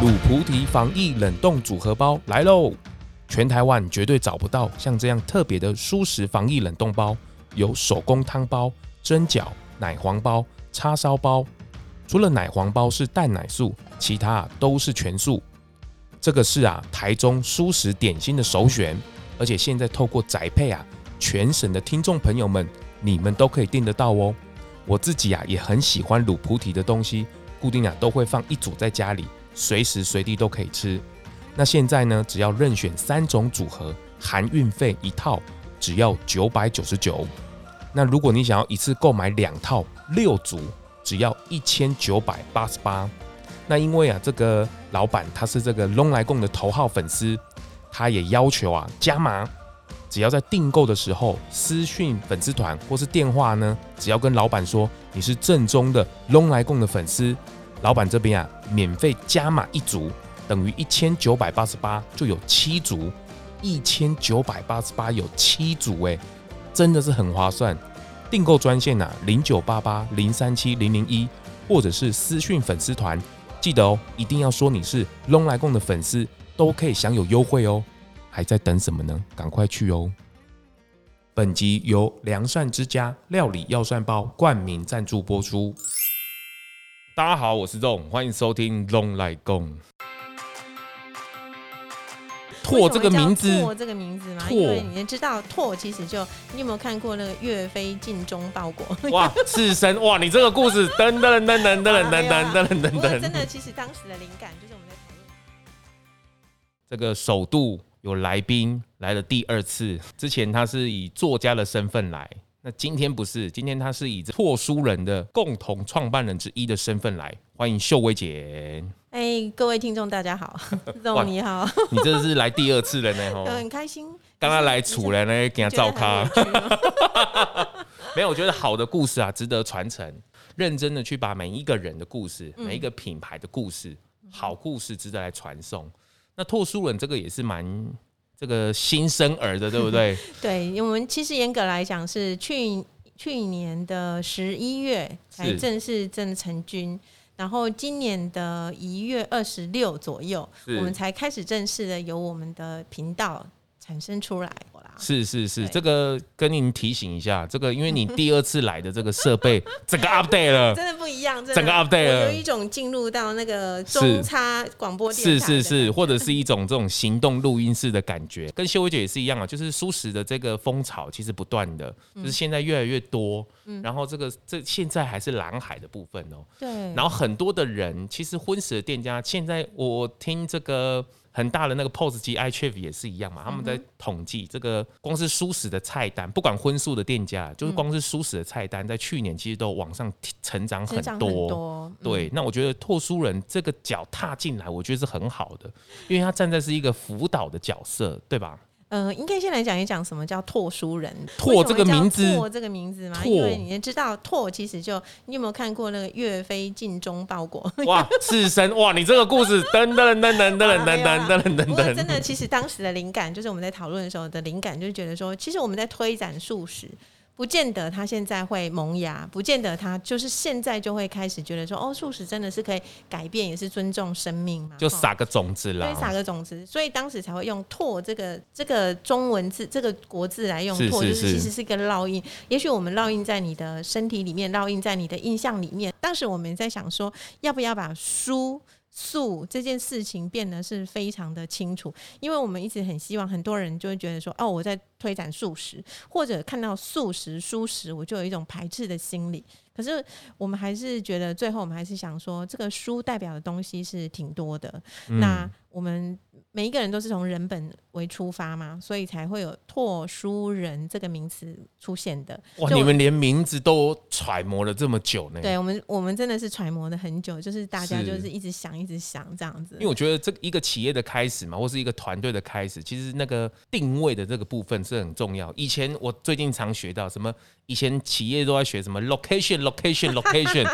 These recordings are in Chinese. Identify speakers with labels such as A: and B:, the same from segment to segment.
A: 鲁菩提防疫冷冻组合包来喽！全台湾绝对找不到像这样特别的舒适防疫冷冻包，有手工汤包、蒸饺、奶黄包、叉烧包。除了奶黄包是蛋奶素，其他啊都是全素。这个是啊台中舒适点心的首选，而且现在透过宅配啊，全省的听众朋友们，你们都可以订得到哦。我自己啊也很喜欢卤菩提的东西，固定啊都会放一组在家里，随时随地都可以吃。那现在呢，只要任选三种组合，含运费一套只要九百九十九。那如果你想要一次购买两套六组，只要一千九百八十八。那因为啊，这个老板他是这个龙来贡的头号粉丝，他也要求啊加码，只要在订购的时候私讯粉丝团或是电话呢，只要跟老板说你是正宗的龙来贡的粉丝，老板这边啊免费加码一组，等于一千九百八十八就有七组，一千九百八十八有七组哎、真的是很划算。订购专线啊，零九八八零三七零零一，或者是私讯粉丝团，记得哦，一定要说你是龙来共的粉丝，都可以享有优惠哦。还在等什么呢？赶快去哦！本集由良善之家料理药膳包冠名赞助播出。大家好，我是 Long，欢迎收听龙来共。拓这个名字，
B: 拓这个名字吗？
A: 拓
B: 因为你知道拓其实就你有没有看过那个岳飞尽忠报 国？
A: 哇，刺身哇！你这个故事噔噔噔噔噔噔噔噔噔
B: 不
A: 噔
B: 过
A: 噔
B: 啊真的，其实当时的灵感就是我们在讨论
A: 这个首度有来宾来了第二次，之前他是以作家的身份来，那今天不是，今天他是以拓书人的共同创办人之一的身份来，欢迎秀薇姐，
B: 哎、各位听众大家 好，
A: 哇
B: 总你好，
A: 你这是来第二次了呢吼
B: 呃，很开心。
A: 刚刚来楚了呢，给他照咖。
B: 咖，
A: 没有，我觉得好的故事啊，值得传承。认真的去把每一个人的故事、
B: 嗯
A: 每一个品牌的故事、好故事，值得来传颂。那拓书人这个也是蛮这个新生儿的，对不 对？
B: 对，因为我们其实严格来讲是去去年的十一月才
A: 是
B: 正式正成军。然后今年的一月二十六左右，
A: 是
B: 我们才开始正式的由我们的频道产生出来啦。
A: 是是是，
B: 对
A: 这个跟您提醒一下，这个因为你第二次来的这个设 备整个 update 了，
B: 真的不一样，真的
A: 整个 update
B: 我
A: 了
B: 有一种进入到那个
A: 是
B: 中差广播电
A: 是
B: 台
A: 是
B: 的
A: 是，或者是一种这种行动录音室的感觉，跟秀薇姐也是一样啊，就是舒适的这个风潮其实不断的，
B: 嗯
A: 就是现在越来越多，然后这个这现在还是蓝海的部分哦、
B: 对，
A: 然后很多的人，其实婚食的店家，现在我我听这个很大的那个 POS 机 iChef 也是一样嘛，
B: 嗯
A: 他们在统计这个光是素食的菜单，不管荤素的店家，就是光是素食的菜单，在去年其实都往上提成长很
B: 成长很
A: 多。
B: 多，嗯
A: 对，那我觉得拓书人这个脚踏进来，我觉得是很好的，因为他站在是一个辅导的角色，对 吧？
B: 呃，应该先来讲一讲什么叫拓书人。
A: 拓这个
B: 为什么叫
A: 名字
B: 拓这个名字嘛，
A: 拓
B: 因为你也知道，拓其实就你有没有看过那个岳飞尽忠报国？
A: 哇，刺身哇，你这个故事噔噔噔噔噔噔
B: 好啦没
A: 噔噔
B: 有啦
A: 噔噔
B: 不
A: 噔
B: 过
A: 噔
B: 真，的，其实当时的灵感就是我们在讨论的时候的灵感，就是觉得说，其实我们在推展素食，不见得它现在会萌芽，不见得它就是现在就会开始觉得说，哦，素食真的是可以改变，也是尊重生命嘛，
A: 就
B: 吼
A: 撒个种子啦
B: 对，。撒个种子，所以当时才会用“拓”这个这个中文字这个国字来用
A: 是
B: “拓”，
A: 是
B: 就是
A: 是
B: 其实是一个烙印。也许我们烙印在你的身体里面，烙印在你的印象里面。当时我们在想说，要不要把书。素这件事情变得是非常的清楚，因为我们一直很希望很多人就会觉得说，哦，我在推展素食，或者看到素食、蔬食，我就有一种排斥的心理。可是我们还是觉得，最后我们还是想说，这个书代表的东西是挺多的，
A: 嗯
B: 那我们每一个人都是从人本为出发嘛，所以才会有“拓书人”这个名词出现的。
A: 哇，
B: 就
A: 你们连名字都揣摩了这么久呢？
B: 对我们，我们真的是揣摩的很久，就是大家
A: 是
B: 就是一直想，一直想这样子
A: 因为。我觉得这一个企业的开始嘛，或是一个团队的开始，其实那个定位的这个部分是很重要。以前我最近常学到什么，以前企业都在学什么 location location location，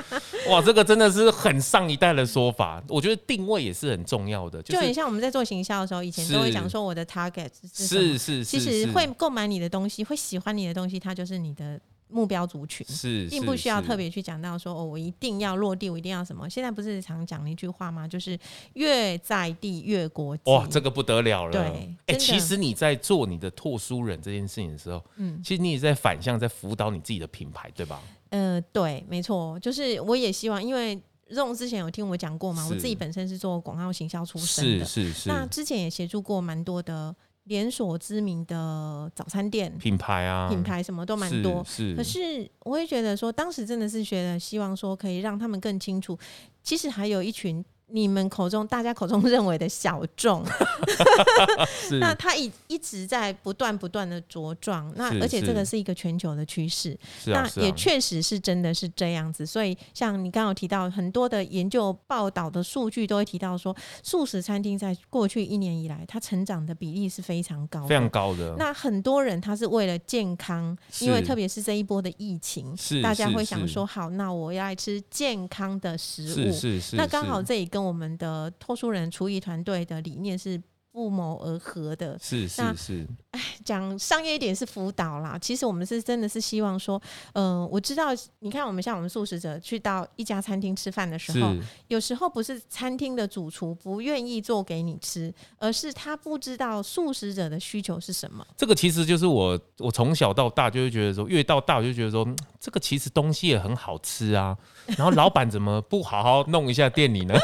A: 哇，这个真的是很上一代的说法。我觉得定位也是很重要的，就
B: 就很
A: 是
B: 像我们在做行销的时候，以前
A: 是
B: 都会讲说我的 target 是什么。
A: 是是是，
B: 其实
A: 是
B: 会购买你的东西，会喜欢你的东西，它就是你的目标族群。
A: 是，
B: 并
A: 是
B: 不需要
A: 是
B: 特别去讲到说哦，我一定要落地，我一定要什么。现在不是常讲那句话吗？就是越在地越国际。
A: 哇，这个不得了了。
B: 对
A: 哎、
B: 真的
A: 其实你在做你的拓书人这件事情的时候，
B: 嗯
A: 其实你也在反向在辅导你自己的品牌，对吧？
B: 呃，对，没错，就是我也希望，因为用之前有听我讲过嘛，
A: 是
B: 我自己本身是做广告行销出身
A: 是
B: 的，
A: 是是，
B: 那之前也协助过蛮多的连锁知名的早餐店、
A: 品牌啊，
B: 品牌，什么都蛮多。
A: 是，
B: 可是我也觉得说，当时真的是觉得希望说可以让他们更清楚，其实还有一群你们口中大家口中 认为的小众，
A: 是
B: 那它一一直在不断不断的茁壮，那
A: 是
B: 而且
A: 是
B: 这个是一个全球的趋势，
A: 是啊，是
B: 那也
A: 啊
B: 确实是真的是这样子。所以像你刚刚有提到很多的研究报道的数据都会提到说，素食餐厅在过去一年以来，它成长的比例是非常高的，
A: 非常高的。
B: 那很多人他是为了健康，因
A: 嗯
B: 为
A: 是
B: 特别是这一波的疫情
A: 是，
B: 大家
A: 是
B: 会想
A: 是
B: 说，好，那我要来吃健康的食物。
A: 是是是，
B: 那刚好
A: 是
B: 这里跟我们的透书人厨艺团队的理念是不谋而合的。
A: 是是
B: 那
A: 是，
B: 讲商业一点是辅导啦，其实我们是真的是希望说，呃，我知道，你看我们像我们素食者去到一家餐厅吃饭的时候，
A: 是
B: 有时候不是餐厅的主厨不愿意做给你吃，而是他不知道素食者的需求是什么。
A: 这个其实就是我，我从小到大就会觉得说，越到大我就觉得说，嗯这个其实东西也很好吃啊。然后老板怎么不好好弄一下店里呢？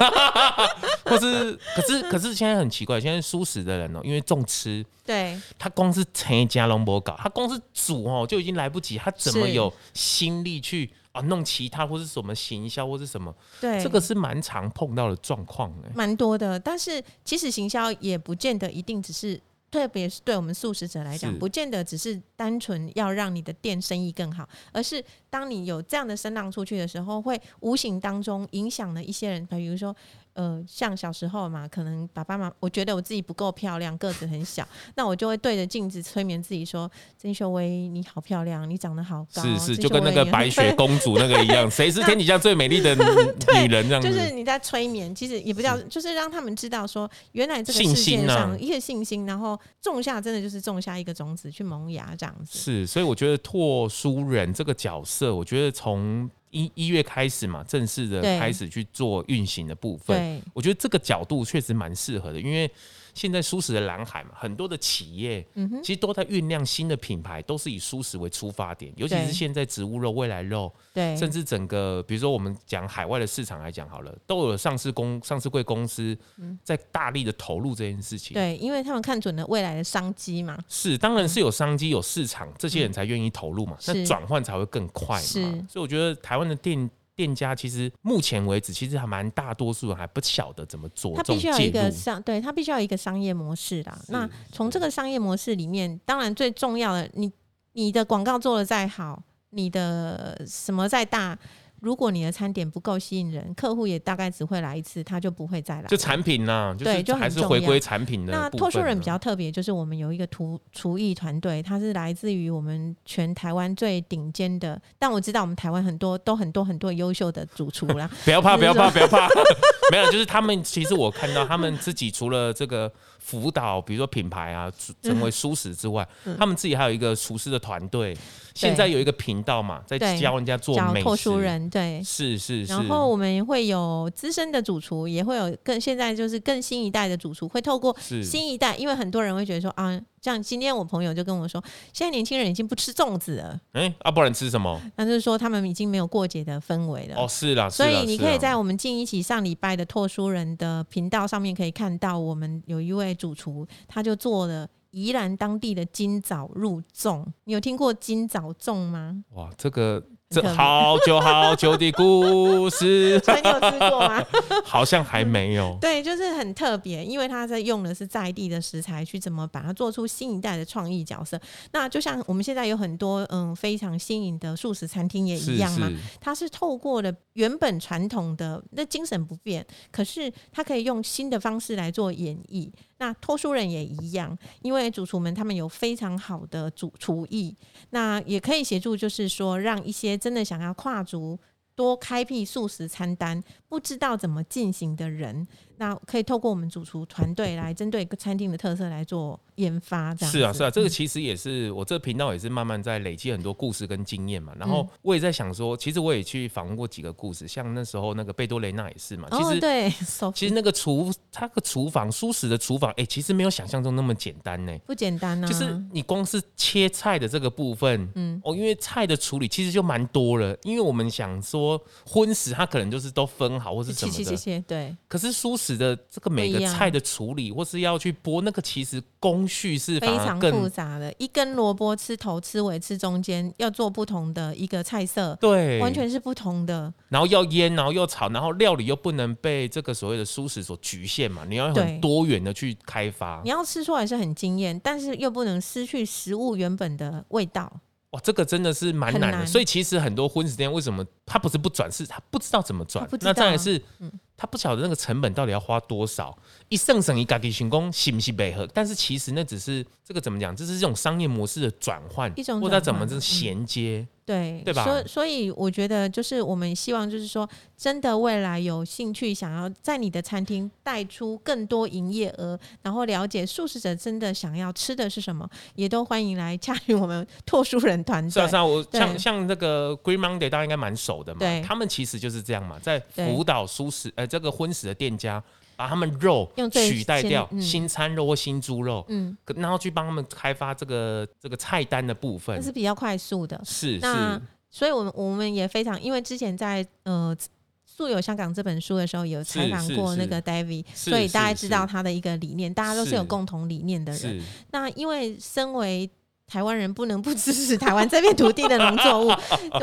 A: 或是，可是可是现在很奇怪，现在素食的人哦、因为重吃，
B: 对，
A: 他光是陈加龙博搞，他光是煮哦、就已经来不及，他怎么
B: 是
A: 有心力去啊弄其他或是什么行销或是什么？
B: 对，
A: 这个是蛮常碰到的状况哎。
B: 蛮多的。但是其实行销也不见得一定只是，特别是对我们素食者来讲
A: 是，
B: 不见得只是单纯要让你的店生意更好，而是当你有这样的声浪出去的时候，会无形当中影响了一些人，比如说。呃，像小时候嘛，可能爸爸妈妈，我觉得我自己不够漂亮，个子 很小，那我就会对着镜子催眠自己说：“曾秀薇，你好漂亮，你长得好高。”
A: 是是，
B: 曾
A: 就跟
B: 秀
A: 那
B: 薇
A: 个
B: 你
A: 白雪公主那个一样，谁是天底下最美丽的 女女人？这样子
B: 就是你在催眠，其实也不叫，就是让他们知道说，原来这个
A: 信
B: 世
A: 心
B: 界
A: 啊
B: 上一个信心，然后种下真的就是种下一个种子去萌芽这样子。
A: 是，所以我觉得拓书人这个角色，我觉得从一一月开始嘛，正式的
B: 对
A: 开始去做运行的部分，
B: 对，
A: 我觉得这个角度确实蛮适合的，因为现在舒适的蓝海嘛，很多的企业
B: 嗯哼，
A: 其实都在酝酿新的品牌，都是以舒适为出发点，尤其是
B: 对
A: 现在植物肉、未来肉，
B: 对，
A: 甚至整个比如说我们讲海外的市场来讲好了，都有上市公上市贵公司
B: 嗯
A: 在大力的投入这件事情。
B: 对，因为他们看准了未来的商机嘛，
A: 是，当然是有商机、有市场，这些人才愿意投入嘛，那
B: 嗯是
A: 转换才会更快嘛。
B: 是
A: 所以我觉得台湾的店店家其实目前为止，其实还蛮大多数人还不晓得怎么做
B: 他
A: 这
B: 必须
A: 种
B: 要有
A: 介
B: 一个啊
A: 入。
B: 商，对他必须要有一个商业模式啦。
A: 是
B: 那从这个商业模式里面，当然最重要的，你你的广告做的再好，你的什么再大。如果你的餐点不够吸引人，客户也大概只会来一次，他就不会再来。
A: 就产品呐、就
B: 对
A: 是
B: 就很
A: 还是
B: 重
A: 回
B: 要
A: 归产品的
B: 那
A: 部
B: 拓书
A: 分
B: 人
A: 啊
B: 比较特别，就是我们有一个厨厨艺团队，它是来自于我们全台湾最顶尖的。但我知道我们台湾很多都很多很多优秀的主厨啦，
A: 不要怕，不
B: 就
A: 要
B: 是
A: 怕，不要怕。 没有，就是他们。其实我看到他们自己除了这个辅导，比如说品牌啊，出
B: 嗯
A: 成为舒适之外，他们自己还有一个厨师的团队。现在有一个频道嘛，在
B: 对
A: 教人家 做
B: 叫
A: 美
B: 拓
A: 食
B: 书。人，对。
A: 是是是。
B: 然后我们会有资深的主厨，也会有更现在就是更新一代的主厨，会透过
A: 是
B: 新一代，因为很多人会觉得说啊，像今天我朋友就跟我说，现在年轻人已经不吃粽子了，
A: 哎、啊，不然吃什么？
B: 那就是说他们已经没有过节的氛围了。
A: 哦，是啦，
B: 啊所
A: 是啦
B: 以你
A: 是
B: 可以
A: 啦
B: 在我们近一期上礼拜的拓书人的频道上面可以看到，我们有一位主厨，他就做了宜兰当地的金枣入粽。你有听过金枣粽吗？
A: 哇，这个这
B: 特别，
A: 好久好久的故事
B: 所以你有吃过吗？
A: 好像还没有。
B: 对，就是很特别，因为他在用的是在地的食材，去怎么把它做出新一代的创意角色。那就像我们现在有很多嗯非常新颖的素食餐厅也
A: 是
B: 一样嘛，
A: 是
B: 它是透过了原本传统的那精神不变，可是它可以用新的方式来做演绎。那托书人也一样，因为主厨们他们有非常好的主厨艺，那也可以协助，就是说让一些真的想要跨足。多开辟素食餐单，不知道怎么进行的人，那可以透过我们主厨团队来针对一个餐厅的特色来做研发，这样
A: 是啊，是啊，这个
B: 嗯
A: 其实也是我这个频道也是慢慢在累积很多故事跟经验嘛。然后
B: 嗯
A: 我也在想说，其实我也去访问过几个故事，像那时候那个贝多雷纳也是嘛。其
B: 哦
A: 实、
B: 对，
A: 其
B: 其
A: 实那个厨，他个厨房舒适的厨房，哎、其实没有想象中那么简单呢、
B: 不简单啊，
A: 就是你光是切菜的这个部分，嗯，哦，因为菜的处理其实就蛮多了，因为我们想说荤食它可能就是都分好或是什
B: 谢
A: 么
B: 谢
A: 的
B: 谢，谢，对，
A: 可是素食的这个每
B: 不
A: 个
B: 一样
A: 菜的处理或是要去剥，那个其实工序是反
B: 非
A: 而
B: 常
A: 更
B: 复杂的，一根萝卜吃头吃尾吃中间，要做不同的一个菜色，
A: 对，
B: 完全是不同的，
A: 然后要腌，然后要炒，然后料理又不能被这个所谓的素食所局限嘛，你要很
B: 对
A: 多元的去开发
B: 你。要吃出来是很惊艳，但是又不能失去食物原本的味道。
A: 哇，这个真的是蛮难
B: 很
A: 的。
B: 难
A: 所以其实很多婚食店为什么他不是不转，是他不知道怎么转
B: 他不。知道
A: 那再来是
B: 嗯，
A: 他不晓得那个成本到底要花多少。一省省一嘎给行工，是不是配合？但是其实那只是这个怎么讲，这是这种商业模式的转换，
B: 一种
A: 或者它
B: 转
A: 怎么
B: 换
A: 是
B: 嗯
A: 衔接。
B: 对，
A: 对吧
B: 所所以我觉得就是我们希望就是说，真的未来有兴趣想要在你的餐厅带出更多营业额，然后了解素食者真的想要吃的是什么，也都欢迎来 加入我们拓书人团
A: 是啊，
B: 队
A: 是。啊，我
B: 对
A: 像像那个 Green Monday，大家应该蛮熟的嘛
B: 对。
A: 他们其实就是这样嘛，在
B: 对
A: 辅导素食呃这个荤食的店家，把他们肉
B: 用最
A: 取代掉
B: 先嗯
A: 新餐肉或新猪肉，
B: 嗯，
A: 可然后去帮他们开发这个这个菜单的部分
B: 那。是比较快速的。
A: 是
B: 那
A: 是，
B: 所以我们我们也非常，因为之前在呃《素有香港》这本书的时候，有采访
A: 是
B: 过
A: 是
B: 那个 David，
A: 是
B: 所以大家
A: 是
B: 知道他的一个理念，大家都是有
A: 是
B: 共同理念的人。
A: 是
B: 那因为身为台湾人不能不支持台湾这片土地的农作物。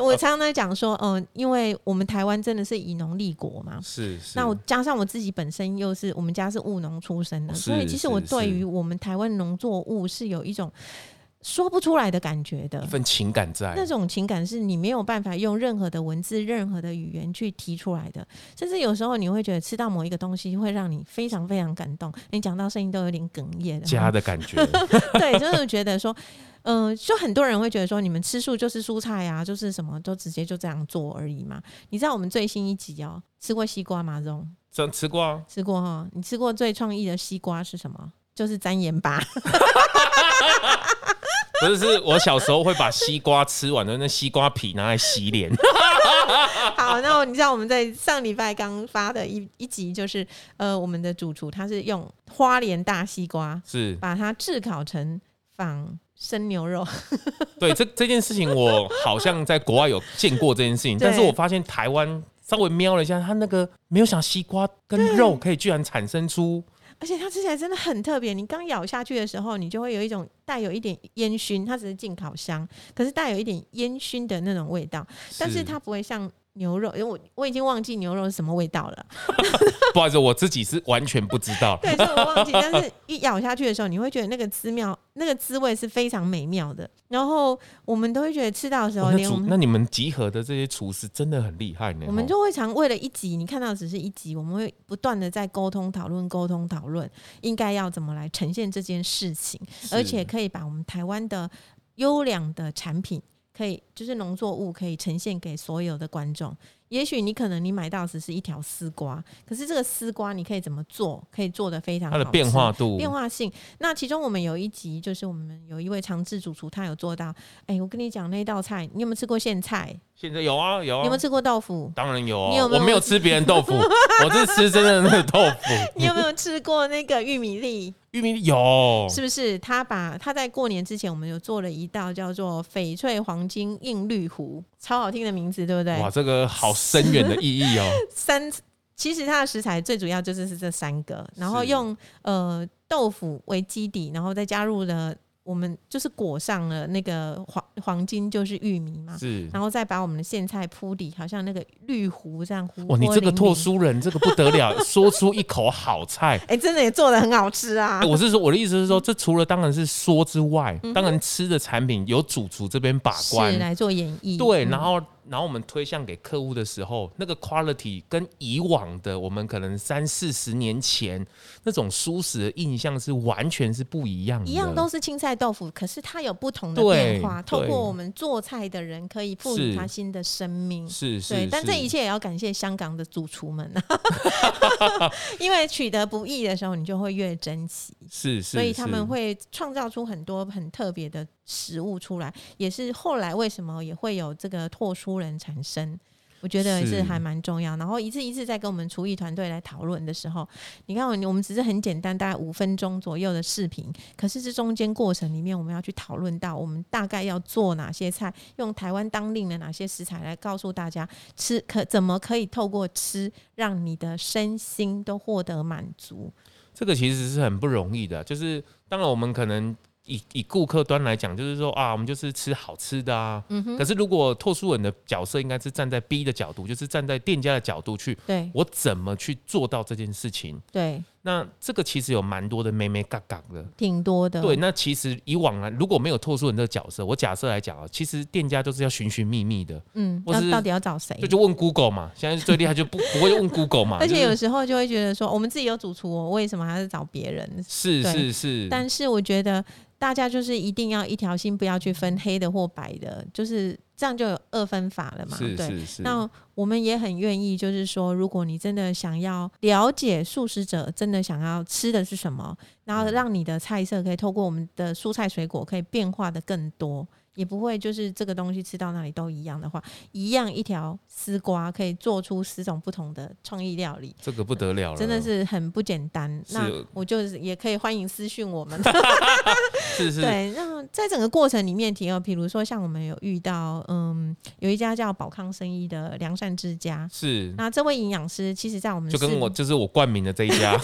B: 我常常在讲说，嗯、因为我们台湾真的是以农立国嘛。
A: 是是。
B: 那我加上我自己本身又是我们家是务农出身的，
A: 哦是
B: 所以其实我
A: 是
B: 对
A: 是
B: 于我们台湾农作物是有一种说不出来的感觉的
A: 一。份情感
B: 那
A: 在，
B: 种情感是你没有办法用任何的文字、任何的语言去提出来的，甚至有时候你会觉得吃到某一个东西会让你非常非常感动，你讲到声音都有点哽咽的。
A: 家的感觉
B: 对，就是觉得说，嗯、就很多人会觉得说，你们吃素就是蔬菜啊，就是什么都直接就这样做而已嘛。你知道我们最新一集哦，吃过西瓜吗？这种
A: 真吃过啊。
B: 吃过哈？你吃过最创意的西瓜是什么？就是沾盐巴。
A: 不是，是我小时候会把西瓜吃完的那西瓜皮拿来洗脸，
B: 好，那你知道我们在上礼拜刚发的一一集，就是呃，我们的主厨他是用花莲大西瓜
A: 是
B: 把它炙烤成仿生牛肉，
A: 对这这件事情，我好像在国外有见过这件事 情，
B: 对
A: 但是我发现台湾稍微瞄了一下，它那个没有想到西瓜跟肉可以居然产生出
B: 而且它吃起来真的很特别。你刚咬下去的时候，你就会有一种带有一点烟熏，它只是进烤箱，可是带有一点烟熏的那种味道，但是它不会像。牛肉，因为我我已经忘记牛肉是什么味道了，
A: 不好意思，我自己是完全不知道。
B: 对，所以我忘记。但是一咬下去的时候，你会觉得那个滋妙，那个滋味是非常美妙的。然后我们都会觉得吃到的时
A: 哦
B: 候，
A: 哇那
B: 连我
A: 厨
B: 们
A: 那你们集合的这些厨师真的很厉害呢。
B: 我们
A: 哦
B: 就会常为了一集，你看到只是一集，我们会不断的在沟通、讨论、沟通、讨论，应该要怎么来呈现这件事情，而且可以把我们台湾的优良的产品，可以就是农作物，可以呈现给所有的观众。也许你可能你买到只是一条丝瓜，可是这个丝瓜你可以怎么做，可以做的非常
A: 它的
B: 好
A: 变
B: 吃
A: 化度，
B: 变化性。那其中我们有一集，就是我们有一位长治主厨，他有做到。哎、我跟你讲那道菜，你有没有吃过苋菜？
A: 现在有啊有
B: 你有没有
A: 啊，
B: 吃过 豆腐？
A: 当然有
B: 你
A: 啊，
B: 有没
A: 我
B: 有
A: 没有吃别人豆腐， 我是吃真的那个豆腐。
B: 你有没有吃过那个玉米粒？
A: 玉米有
B: 是不是？他把他在过年之前，我们有做了一道叫做“翡翠黄金映绿湖”，超好听的名字，对不对？
A: 哇，这个好深远的意 义哦。
B: 三，其实它的食材最主要就是是这三个，然后
A: 是
B: 用呃豆腐为基底，然后再加入了我们就是裹上了那个黄黄金，就是玉米嘛。
A: 是
B: 然后再把我们的苋菜铺底，好像那个绿湖这样湖
A: 哇，你这个
B: 拓
A: 拓，书人，这个不得 了，说出一口好菜。
B: 哎、真的也做的很好吃 啊！
A: 欸
B: 嗯
A: 我是说，我的意思是说，这除了当然是说之外，当然吃的产品有主厨这边把
B: 是
A: 关，
B: 来做演绎，
A: 对，
B: 嗯
A: 然后然后我们推向给客户的时候，那个 quality 跟以往的我们可能三四十年前那种舒适的印象是完全是不一样的，
B: 一样都是青菜豆腐，可是它有不同的
A: 对
B: 变化。透
A: 对
B: 过我们做菜的人，可以赋予它新的生命。
A: 是是
B: 对，
A: 是，
B: 但这一切也要感谢香港的主厨们啊， 因为取得不易的时候，你就会越珍惜，
A: 是是，
B: 所以他们
A: 是
B: 会创造出很多很特别的食物出来，也是后来为什么也会有这个拓书人产生。我觉得
A: 是
B: 是还蛮重要，然后一次一次在跟我们厨艺团队来讨论的时候，你看我我们只是很简单，大概五分钟左右的视频，可是这中间过程里面，我们要去讨论到我们大概要做哪些菜，用台湾当令的哪些食材来告诉大家吃可怎么可以透过吃让你的身心都获得满足。
A: 这个其实是很不容易的，啊就是当然我们可能以以顾客端来讲，就是说啊，我们就是吃好吃的啊。
B: 嗯哼，
A: 可是如果拓书人的角色应该是站在 B 的角度，就是站在店家的角度去，
B: 对
A: 我怎么去做到这件事情？
B: 对，
A: 那这个其实有蛮多的妹妹嘎嘎的。
B: 挺多的。
A: 对，那其实以往来如果没有拓书人这个角色，我假设来讲啊，其实店家都是要寻寻觅觅的，
B: 嗯，
A: 或
B: 那
A: 是
B: 到底要找谁
A: 就？就问 Google 嘛，现在最厉害就不不会问 Google 嘛，
B: 而且
A: 就
B: 有
A: 是
B: 时候就会觉得说，我们自己有主厨哦，我为什么还是找别人？
A: 是
B: 对
A: 是是，
B: 但是我觉得大家就是一定要一条心，不要去分黑的或白的，就是这样就有二分法了嘛。
A: 是
B: 对，
A: 是是，
B: 那我们也很愿意，就是说，如果你真的想要了解素食者真的想要吃的是什么，然后
A: 嗯
B: 让你的菜色可以透过我们的蔬菜水果可以变化的更多，也不会就是这个东西吃到哪里都一样的话，一样一条丝瓜可以做出十种不同的创意料理。
A: 这个不得了了，
B: 真的是很不简单，
A: 是
B: 那我就是也可以欢迎私讯我们。啊
A: 是是
B: 对，那在整个过程里面，提到，比如说像我们有遇到，嗯，有一家叫宝康生意的良善之家，
A: 是，
B: 那这位营养师，其实在我们
A: 嗯就跟
B: 市
A: 我就是我冠名的这一 家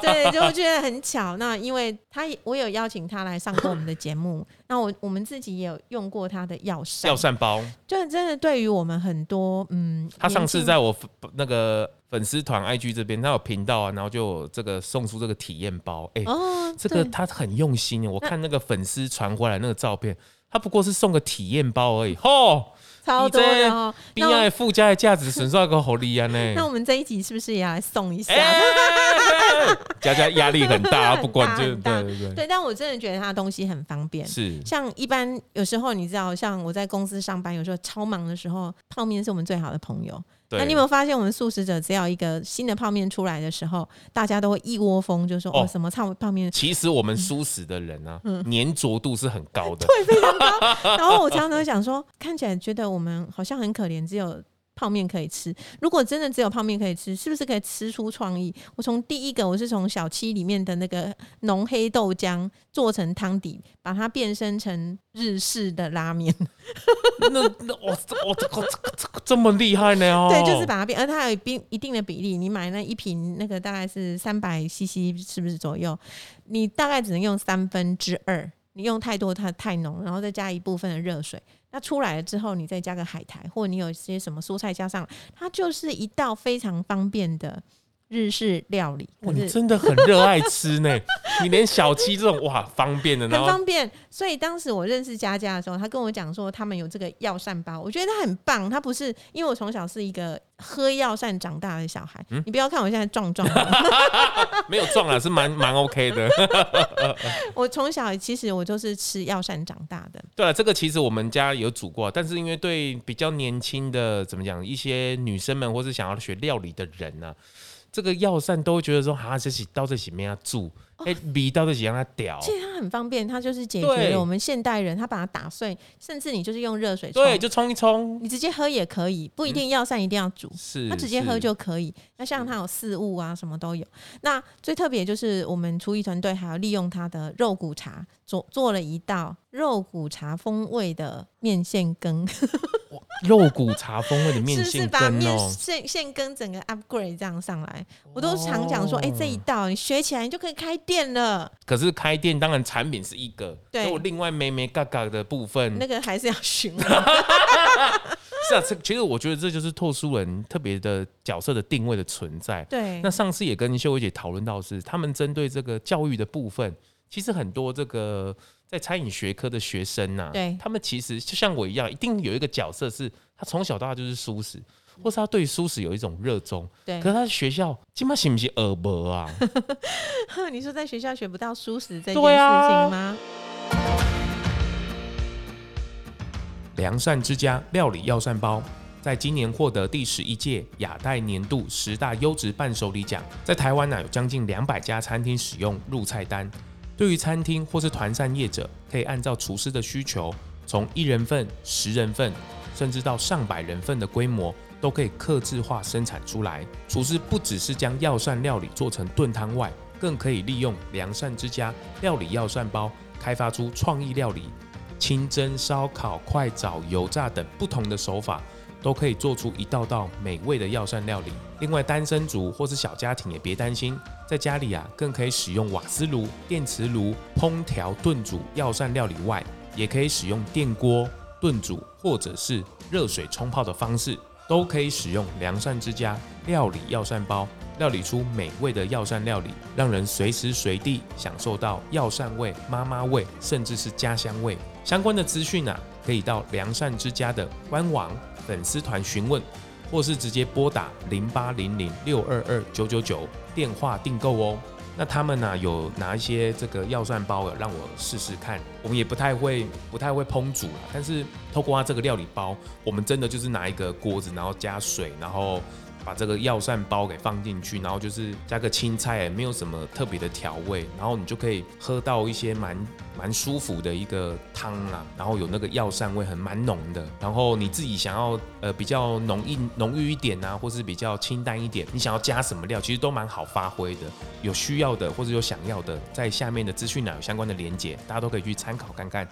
B: 对，就我觉得很巧。那因为他也，我有邀请他来上过我们的节目，那我我们自己也有用过他的药膳，
A: 药膳包，
B: 就是真的对于我们很多嗯，
A: 他上次
B: 年轻
A: 在我粉那个粉丝团 IG 这边，他有频道啊，然后就有这个送出这个体验包，哎、
B: 哦，
A: 这个
B: 对
A: 他很用心欸耶，我看那个粉丝传回来那个照片，他不过是送个体验包而已，吼
B: 超多的哦。
A: ，B
B: 那我
A: I 附加的价值损失个好厉害
B: 那
A: 呢，
B: 我们这一集是不是也要来送一下？
A: 哎，佳佳压力很大，
B: 很大
A: 不管就
B: 很大
A: 对对对，
B: 对，但我真的觉得他的东西很方便。
A: 是
B: 像一般有时候你知道，像我在公司上班，有时候超忙的时候，泡面是我们最好的朋友。
A: 对，
B: 那你有没有发现，我们素食者只要一个新的泡面出来的时候，大家都会一窝蜂就说
A: 哦。
B: 哦什么泡泡面
A: 其实我们舒适的人啊，
B: 嗯
A: 粘着度是很高 的，
B: 然后我常常都会想说，看起来觉得我们好像很可怜，只有泡面可以吃。如果真的只有泡面可以吃，是不是可以吃出创意？我从第一个，我是从小七里面的那个浓黑豆浆做成汤底，把它变身成日式的拉面。
A: 那那我我这个这个这个这么厉害呢哦，
B: 对，就是把它变，而呃它有一定一定的比例，你买那一瓶那个大概是三百 CC 是不是左右？你大概只能用三分之二，你用太多它太浓，然后再加一部分的热水。那出来了之后，你再加个海苔，或者你有一些什么蔬菜加上来，它就是一道非常方便的日式料理，
A: 哇，哦
B: 可
A: 你
B: 是
A: 真的很热爱吃呢， 你连小七这种哇方便的，然
B: 很
A: 后
B: 方便。所以当时我认识佳佳的时候，她跟我讲说他们有这个药膳包，我觉得她很棒。她不是因为我从小是一个喝药膳长大的小孩，
A: 嗯
B: 你不要看我现在壮壮的，
A: 没有撞啊了，是蛮蛮 OK 的。
B: 我从小其实我就是吃药膳长大的，
A: 对了，啊这个其实我们家有煮过，啊但是因为对比较年轻的怎么讲，一些女生们或是想要学料理的人呢、这个药膳都会觉得说，啊，这起到这起没要煮，
B: 哦
A: 哎、米到这起让它屌，
B: 其实它很方便，它就是解决
A: 对
B: 了我们现代人，它把它打碎，甚至你就是嗯用热水冲，
A: 对，就冲一冲，
B: 你直接喝也可以，不一定药膳一定要煮。
A: 是，
B: 它直接
A: 是
B: 喝就可以。那像它有四物啊，什么都有。那最特别就是我们厨艺团队还有利用它的肉骨茶，做做了一道肉骨茶风味的面线羹，
A: 肉骨茶风味的面
B: 是不是
A: 线
B: 把
A: 羹
B: 面
A: 哦、
B: 线线羹整个 upgrade 这样上来？我都常讲说，哎、这一道你学起来你就可以开店了。
A: 可是开店当然产品是一个，
B: 对
A: 那我另外妹妹嘎嘎的部分
B: 那个还是要啊 询问。
A: 是啊，这其实我觉得这就是拓书人特别的角色的定位的存在。
B: 对
A: 那，上次也跟秀薇姐讨论到是，他们针对这个教育的部分，其实很多这个在餐饮学科的学生呐、
B: 对
A: 他们其实就像我一样，一定有一个角色是他从小到大就是素食，或是他对素食有一种热衷。
B: 对
A: 可，是他在学校基本是不是耳膜啊？
B: 你说在学校学不到舒适这件事情
A: 对啊
B: 吗？
A: 良善之家料理药膳包，在今年获得第十一届亚太年度十大优质伴手礼奖，在台湾啊呢、有将近两百家餐厅使用入菜单。对于餐厅或是团膳业者，可以按照厨师的需求，从一人份、十人份，甚至到上百人份的规模，都可以克制化生产出来。厨师不只是将药膳料理做成炖汤外，更可以利用良善之家料理药膳包，开发出创意料理，清蒸、烧烤、快炒、油炸等不同的手法，都可以做出一道道美味的药膳料理。另外，单身族或是小家庭也别担心，在家里啊，更可以使用瓦斯炉、电磁炉烹调炖煮药膳料理外，也可以使用电锅炖煮或者是热水冲泡的方式，都可以使用良膳之家料理药膳包。料理出美味的药膳料理，让人随时随地享受到药膳味、妈妈味，甚至是家乡味。相关的资讯啊，可以到良善之家的官网、粉丝团询问，或是直接拨打零八零零六二二九九九电话订购哦。那他们呢、有拿一些这个药膳包让我试试看，我们也不太会不太会烹煮啦，但是透过它这个料理包，我们真的就是拿一个锅子，然后加水，然后把这个药膳包给放进去，然后就是加个青菜，也没有什么特别的调味，然后你就可以喝到一些蛮蛮舒服的一个汤啊，然后有那个药膳味很蛮浓的，然后你自己想要呃比较浓郁浓郁一点啊，或是比较清淡一点，你想要加什么料，其实都蛮好发挥的。有需要的或者有想要的，在下面的资讯栏有相关的连接，大家都可以去参考看 看。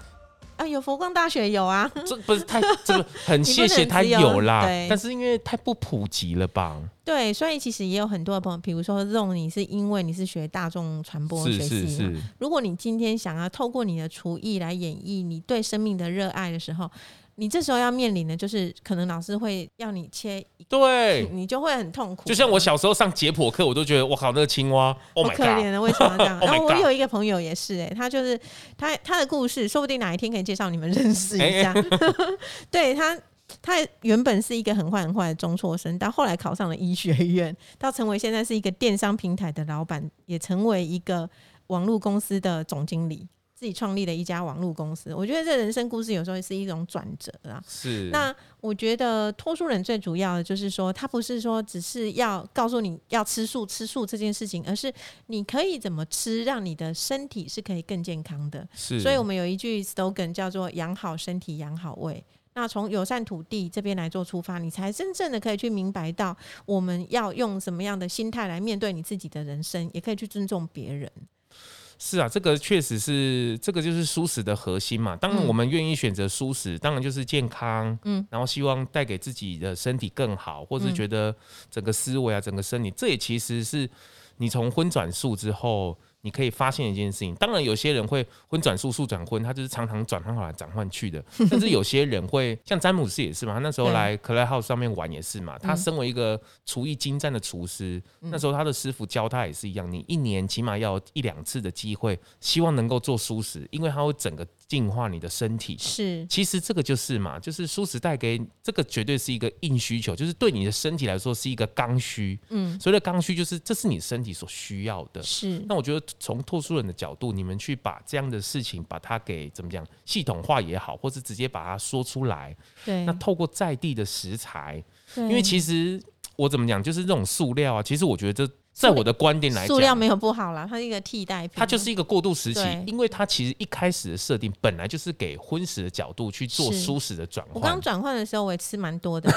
B: 啊，有佛光大学有啊，
A: 这不是太这个很谢谢他
B: 你不能只有
A: 有啦
B: 对，
A: 但是因为太不普及了吧？
B: 对，所以其实也有很多的朋友，比如说 z o 你是因为你是学大众传播
A: 是
B: 学系
A: 是
B: 嘛
A: 是，
B: 如果你今天想要透过你的厨艺来演绎你对生命的热爱的时候，你这时候要面临的就是，可能老师会要你切一，
A: 对。
B: 你就会很痛苦，
A: 就像我小时候上解剖课，我都觉得我靠那个青蛙，Oh
B: 好
A: my
B: 可
A: god！
B: 怜啊的，为什么要这 样？
A: Oh my
B: 然后我
A: God
B: 有一个朋友也是、欸，哎，他就是他他的故事，说不定哪一天可以介绍你们认识一
A: 哎
B: 下。 对他，他原本是一个很坏很坏的中辍生，到后来考上了医学院，到成为现在是一个电商平台的老板，也成为一个网络公司的总经理，自己创立了一家网络公司。我觉得这人生故事有时候是一种转折啊。
A: 是
B: 那我觉得脱书人最主要的就是说，他不是说只是要告诉你要吃素吃素这件事情，而是你可以怎么吃，让你的身体是可以更健康的。
A: 是，
B: 所以我们有一句 slogan 叫做“养好身体，养好胃”。那从友善土地这边来做出发，你才真正的可以去明白到我们要用什么样的心态来面对你自己的人生，也可以去尊重别人。
A: 是啊，这个确实是，这个就是舒适的核心嘛。当然，
B: 嗯
A: 我们愿意选择舒适，当然就是健康，
B: 嗯
A: 嗯，然后希望带给自己的身体更好，或是
B: 嗯
A: 觉得整个思维啊，整个身体，这也其实是你从荤转素之后，你可以发现一件事情。当然，有些人会荤转素，素转荤，他就是常常转换来转换去的。甚至有些人会像詹姆斯也是嘛，他那时候
B: 对
A: 来 c l a House 上面玩也是嘛。他
B: 嗯
A: 身为一个厨艺精湛的厨师，那时候他的师傅教他也是一样，你一年起码要有一两次的机会，希望能够做素食，因为它会整个净化你的身体。
B: 是，
A: 其实这个就是嘛，就是素食带给这个绝对是一个硬需求，就是对你的身体来说是一个刚需。
B: 嗯，
A: 所谓的刚需，就是这是你身体所需要的。
B: 是，
A: 那我觉得从特殊人的角度，你们去把这样的事情，把它给怎么讲系统化也好，或是直接把它说出来。
B: 对
A: 那，透过在地的食材，
B: 因
A: 因为其实我怎么讲，就是这种塑料啊，其实我觉得这在我的观点来
B: 塑料
A: 讲，
B: 没有不好啦，它是一个替代品，
A: 它就是一个过渡时期
B: 对，
A: 因为它其实一开始的设定本来就是给荤食的角度去做
B: 是
A: 素食的转
B: 我刚
A: 换。
B: 转换的时候，我也吃蛮 多的，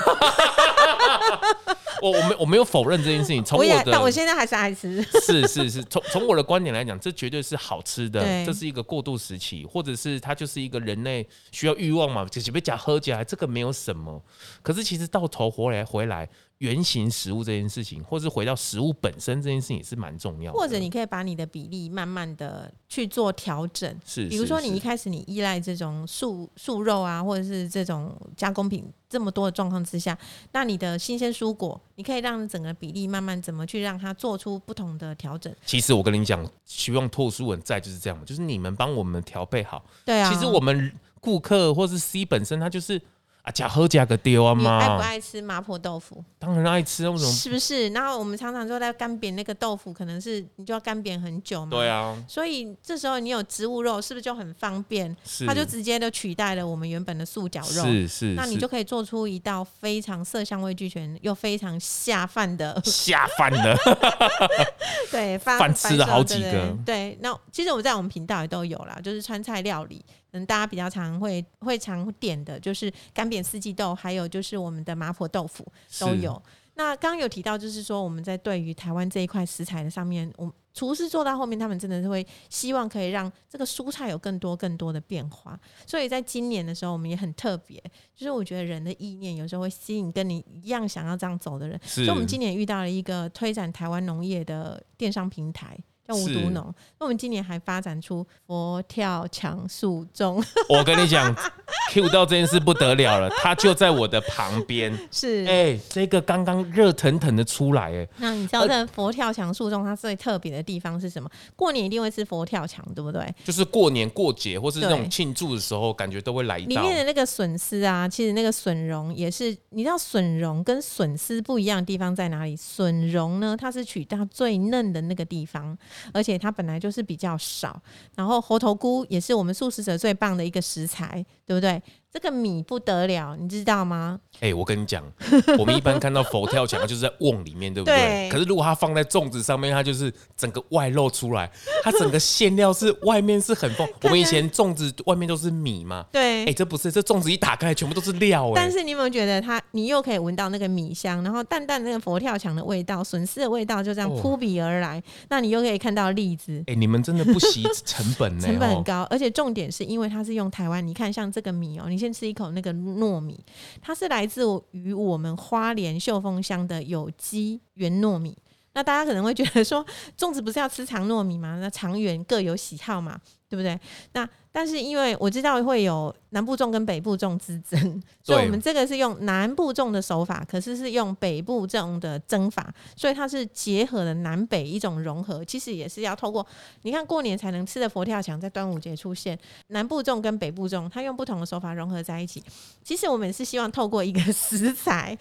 A: 我我没我没有否认这件事情，从
B: 我也，
A: 我
B: 但我
A: 的。
B: 现在还是爱吃。
A: 是是是，从从我的观点来讲，这绝对是好吃的
B: 对，
A: 这是一个过渡时期，或者是它就是一个人类啊需要欲望嘛，就是被讲喝起来，这个没有什么。可是其实到头回来回来，原型食物这件事情，或是回到食物本身这件事情也是蛮重要的。
B: 或者你可以把你的比例慢慢的去做调整，
A: 是，
B: 比如
A: 是
B: 说你一
A: 是
B: 开始你依赖这种素素肉啊，或者是这种加工品这么多的状况之下，那你的新鲜蔬果，你可以让整个比例慢慢怎么去让它做出不同的调整。
A: 其实我跟你讲，希望拓书文在就是这样嘛，就是你们帮我们调配好。
B: 对啊，
A: 其实我们顾客或是 C 本身，他就是啊，假喝假个丢啊
B: 你爱不
A: 嘛，
B: 爱吃麻婆豆腐？
A: 当然爱吃啊，为什 么？
B: 是不是？然后我们常常说在干煸那个豆腐，可能是你就要干煸很久嘛。
A: 对。啊，
B: 所以这时候你有植物肉，是不是就很方便？
A: 是，
B: 它就直接的取代了我们原本的素绞肉。
A: 是是，
B: 那你
A: 是
B: 就可以做出一道非常色香味俱全又非常下饭的
A: 下饭 了，
B: 对 饭
A: 饭吃了好几
B: 白色的
A: 个
B: 对，那其实我在我们频道也都有啦，就是川菜料理，嗯，大家比较常会会常点的就是干煸四季豆，还有就是我们的麻婆豆腐都
A: 是
B: 有。那刚刚有提到，就是说我们在对于台湾这一块食材的上面，我们厨师做到后面，他们真的是会希望可以让这个蔬菜有更多更多的变化。所以在今年的时候，我们也很特别，就是我觉得人的意念有时候会吸引跟你一样想要这样走的人。
A: 是
B: 所以我们今年遇到了一个推展台湾农业的电商平台。叫无毒
A: 是
B: 农，那我们今年还发展出佛跳墙树中，
A: 我跟你讲，Q 到这件事不得了了，他就在我的旁边。
B: 是、
A: 哎、这个刚刚热腾腾的出来、哎，
B: 那你知道这佛跳墙树中它最特别的地方是什么？过年一定会吃佛跳墙，对不对？
A: 就是过年过节或是那种
B: 对
A: 庆祝的时候，感觉都会来一
B: 里
A: 道。
B: 面的那个笋丝啊，其实那个笋蓉也是，你知道笋蓉跟笋丝不一样的地方在哪里？笋蓉呢，它是取到最嫩的那个地方，而且它本来就是比较少。然后猴头菇也是我们素食者最棒的一个食材，对不对？这个米不得了，你知道吗？
A: 哎、我跟你讲，我们一般看到佛跳墙，它就是在瓮里面，对不对？
B: 对
A: 可是如果它放在粽子上面，它就是整个外露出来，它整个馅料是外面是很 丰。我们以前粽子外面都是米嘛，
B: 对
A: 哎、这不是，这粽子一打开全部都是料、哎
B: 但，是你有没有觉得它，你又可以闻到那个米香，然后淡淡那个佛跳墙的味道、笋丝的味道就这样
A: 哦
B: 扑鼻而来。那你又可以看到栗子，
A: 哎、你们真的不惜成本呢、
B: 成本很
A: 哦
B: 高，而且重点是因为它是用台湾，你看像这个米哦、你先吃一口那个糯米，它是来自于我们花莲秀峰乡的有机原糯米。那大家可能会觉得说，粽子不是要吃长糯米吗？那长圆各有喜好嘛，对不对？那但是因为我知道会有南部粽跟北部粽之 争，所以我们这个是用南部粽的手法，可是是用北部粽的蒸法，所以它是结合了南北一种融合。其实也是要透过你看过年才能吃的佛跳墙，在端午节出现，南部粽跟北部粽，它用不同的手法融合在一起。其实我们也是希望透过一个食材，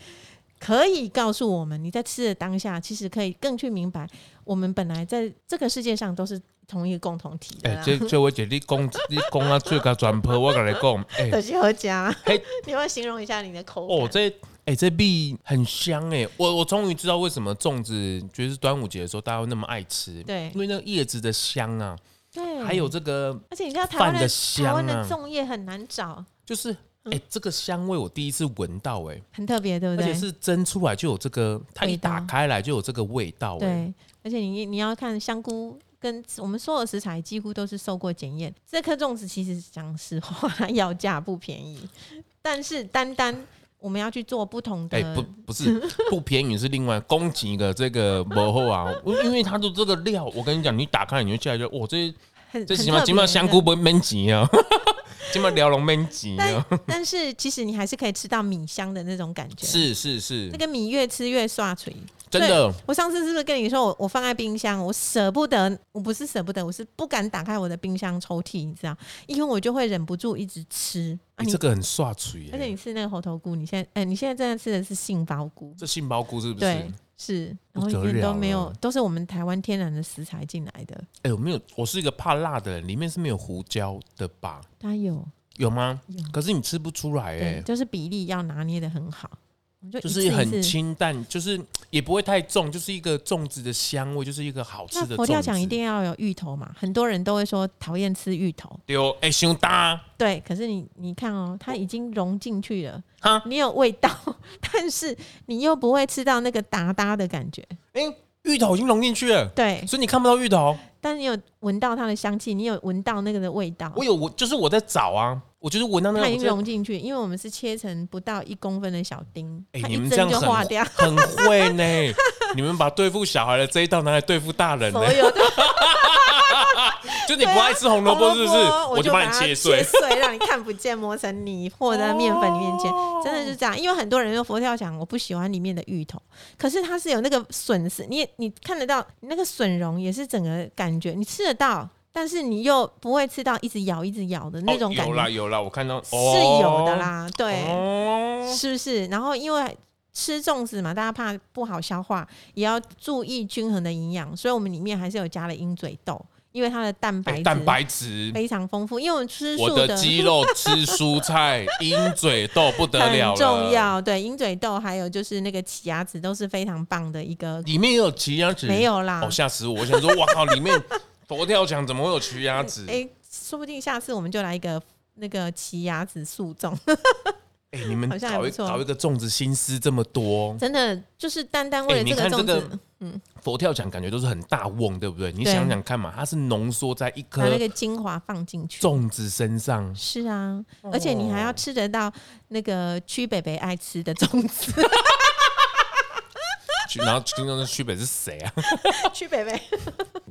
B: 可以告诉我们你在吃的当下，其实可以更去明白，我们本来在这个世界上都是同一个共同体的
A: 哎、
B: 啦。
A: 这这我姐你讲你讲啊，最高转坡，我跟你讲，哎、
B: 可惜合家
A: 嘿，
B: 你要不要形容一下你的口感。
A: 哦，这哎、这蜜很香哎、我我终于知道为什么粽子就是端午节的时候大家会那么爱吃，
B: 对
A: 因为那个叶子的香啊，
B: 对，
A: 还有这个
B: 而且你知道台湾
A: 饭
B: 的
A: 的
B: 台湾
A: 香
B: 的
A: 啊
B: 粽叶很难找，
A: 就是哎、这个香味我第一次闻到哎、
B: 很特别，对不
A: 而
B: 对？
A: 且是蒸出来就有这个，它一
B: 味道
A: 打开来就有这个味道哎、
B: 对，而且你你要看香菇跟我们所有食材几乎都是受过检验。这颗粽子其实讲实话，它要价不便宜，但是单单我们要去做不同的，
A: 哎、不，不是不便宜，是另外供给一个这个薄后啊，因为它的这个料，我跟你讲，你打开你就下来就，哇，这
B: 很
A: 这
B: 很
A: 起码
B: 特
A: 起码
B: 别
A: 香
B: 的
A: 菇不会闷急啊， 起码聊龙闷急啊，
B: 但 但是其实你还是可以吃到米香的那种感觉。
A: 是是是
B: 那，个米越吃越刷嘴，
A: 真的
B: 我上次是不是跟你说我我放在冰箱，我舍不得，我不是舍不得，我是不敢打开我的冰箱抽屉，你知道，因为我就会忍不住一直吃。啊
A: 你
B: 你
A: 哎这个很刷嘴、
B: 而且
A: 欸，
B: 你吃那个猴头菇，你现在，哎、你现在正在吃的是杏鲍菇，
A: 这杏鲍菇是不是？
B: 对
A: 哎、，
B: 是，然后
A: 不
B: 里
A: 得
B: 面都
A: 了
B: 没有
A: 了，
B: 都是我们台湾天然的食材进来的，
A: 哎我没有，我是一个怕辣的人，里面是没有胡椒的吧？
B: 它有，
A: 有吗？可是你吃不出来哎、
B: 对，就是比例要拿捏的很好，我们就
A: 就
B: 一
A: 是
B: 次一
A: 很
B: 次
A: 清淡，就是也不会太重，就是一个粽子的香味，就是一个好吃的
B: 那
A: 粽子。
B: 佛跳墙一定要有芋头嘛，很多人都会说讨厌吃芋头，
A: 丢哎，胸大
B: 对，可是你你看哦，它已经融进去了，
A: 哈
B: 你有味道，但是你又不会吃到那个达达的感觉，
A: 哎。芋头已经融进去了，
B: 对，
A: 所以你看不到芋头。哦
B: 但是你有闻到它的香气，你有闻到那个的味道，
A: 我有我就是我在找啊，我就是闻到那
B: 它
A: 个
B: 已
A: 我
B: 经
A: 就。
B: 融进去，因为我们是切成不到一公分的小丁，
A: 哎、
B: 它
A: 你
B: 一
A: 们这样
B: 针就化
A: 很
B: 掉
A: 很会呢，你们把对付小孩的这一道拿来对付大人呢
B: 所，有的
A: 就你不爱吃红萝卜是不是？
B: 啊我
A: 我就
B: 把
A: 把
B: 它
A: 你
B: 切
A: 切碎。
B: 让你看不见，磨成泥，和在面粉里面切。
A: 哦
B: 真的是这样，因为很多人用佛跳墙，我不喜欢里面的芋头，可是它是有那个笋丝，你也你看得到你那个笋蓉，也是整个感觉，你吃得到，但是你又不会吃到一直咬一直咬的那种
A: 哦、
B: 感
A: 有
B: 觉，
A: 啦有啦，我看到
B: 是有的，啦，
A: 哦
B: 对。
A: 哦，
B: 是不是？然后因为吃粽子嘛，大家怕不好消化，也要注意均衡的营养，所以我们里面还是有加了鹰嘴豆，因为它的蛋白
A: 哎
B: 质
A: 蛋白质，
B: 非常丰富。因为我们吃素
A: 我的肌肉吃蔬菜，鹰嘴豆不得了
B: 很
A: 了，
B: 重。要，对鹰嘴豆还有就是那个奇亚籽都是非常棒的一个，
A: 里面也有奇亚籽，
B: 没有啦
A: 哦，吓死我！我想说，哇靠，里面佛跳墙怎么会有奇亚籽？ 哎、
B: 哎，说不定下次我们就来一个。那个奇亚籽素粽，
A: 你们
B: 好像还
A: 搞
B: 不
A: 一
B: 错
A: 搞一个粽子，心思这么多，
B: 真的就是单单为
A: 哎
B: 了
A: 你
B: 这个
A: 看这
B: 粽
A: 个
B: 子，
A: 佛跳墙感觉都是很大瓮，对不对？你
B: 对
A: 想想看嘛，它是浓缩在一颗
B: 把那个精华放进去，
A: 粽哦子身上，
B: 是啊，而且你还要吃得到那个区北北爱吃的粽子。
A: 去然后听众的区别是谁啊？
B: 区北北，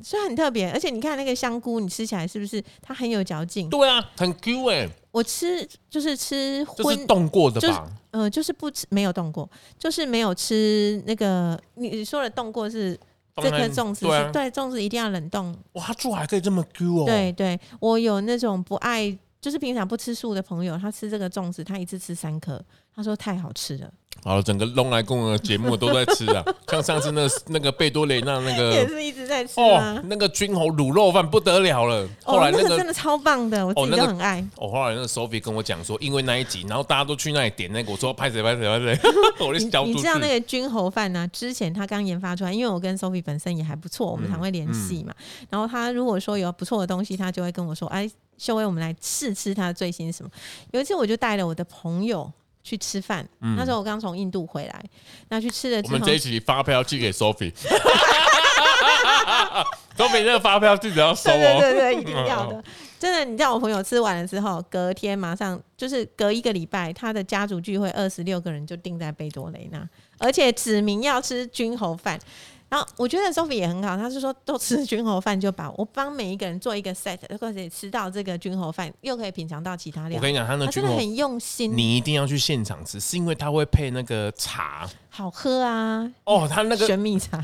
B: 虽然很特别，而且你看那个香菇，你吃起来是不是它很有嚼 劲？
A: 对啊，很 Q 哎、
B: 我吃就是吃
A: 就
B: 荤
A: 是，冻过的
B: 就是
A: 吧？
B: 呃，就是不吃没有动过，就是没有吃那个你你说的动过是。这颗
A: 当然
B: 粽子是
A: 对啊
B: 对粽子一定要冷冻，
A: 哇，它做还可以这么 Q 哦。
B: 对对，我有那种不爱，就是平常不吃素的朋友，他吃这个粽子，他一次吃三颗，他说太好吃了，
A: 好了，整个龙来共的节目都在吃 啊，像上次那个那个贝多雷纳那
B: 也
A: 个
B: 是一直在吃
A: 呃哦
B: 啊，。
A: 那个军侯卤肉饭不得了了。后来
B: 哦、
A: 那
B: 那个
A: 个
B: 真的超棒的，我自
A: 哦
B: 己
A: 那
B: 都
A: 个
B: 很爱。
A: 哦，后来那个 Sophie 跟我讲说，因为那一集，然后大家都去那里点那个，我说拍谁拍谁 拍谁，我就交
B: 你
A: 出
B: 你
A: 去
B: 知。道那个军侯饭呢、之前他刚研发出来，因为我跟 Sophie 本身也还不错，
A: 嗯
B: 我们常会联系嘛。然后他如果说有不错的东西，他就会跟我说：“哎，秀薇，我们来试吃他的最新什么。”有一次我就带了我的朋友去吃饭，那时候我刚从印度回来，那去吃了
A: 嗯我
B: 之
A: 们
B: 后
A: 这一，期发票寄给 Sophie。Sophie 这个发票记得要收
B: 对对
A: 哦。
B: 对对，一定要的。真的，你知道我朋友吃完了之后，隔天马上就是隔一个礼拜，他的家族聚会二十六个人就定在贝多雷纳，而且指明要吃军侯饭。然后我觉得 Sophie 也很好，她是说都吃军侯饭就把我帮每一个人做一个 set，如果可以吃到这个军侯饭，又可以品尝到其他料
A: 我，跟你讲，他那
B: 她
A: 军
B: 啊真的
A: 侯，
B: 很用心，
A: 你一定要去现场吃，是因为他会配那个茶
B: 好喝啊，
A: 哦，他那个
B: 玄米茶，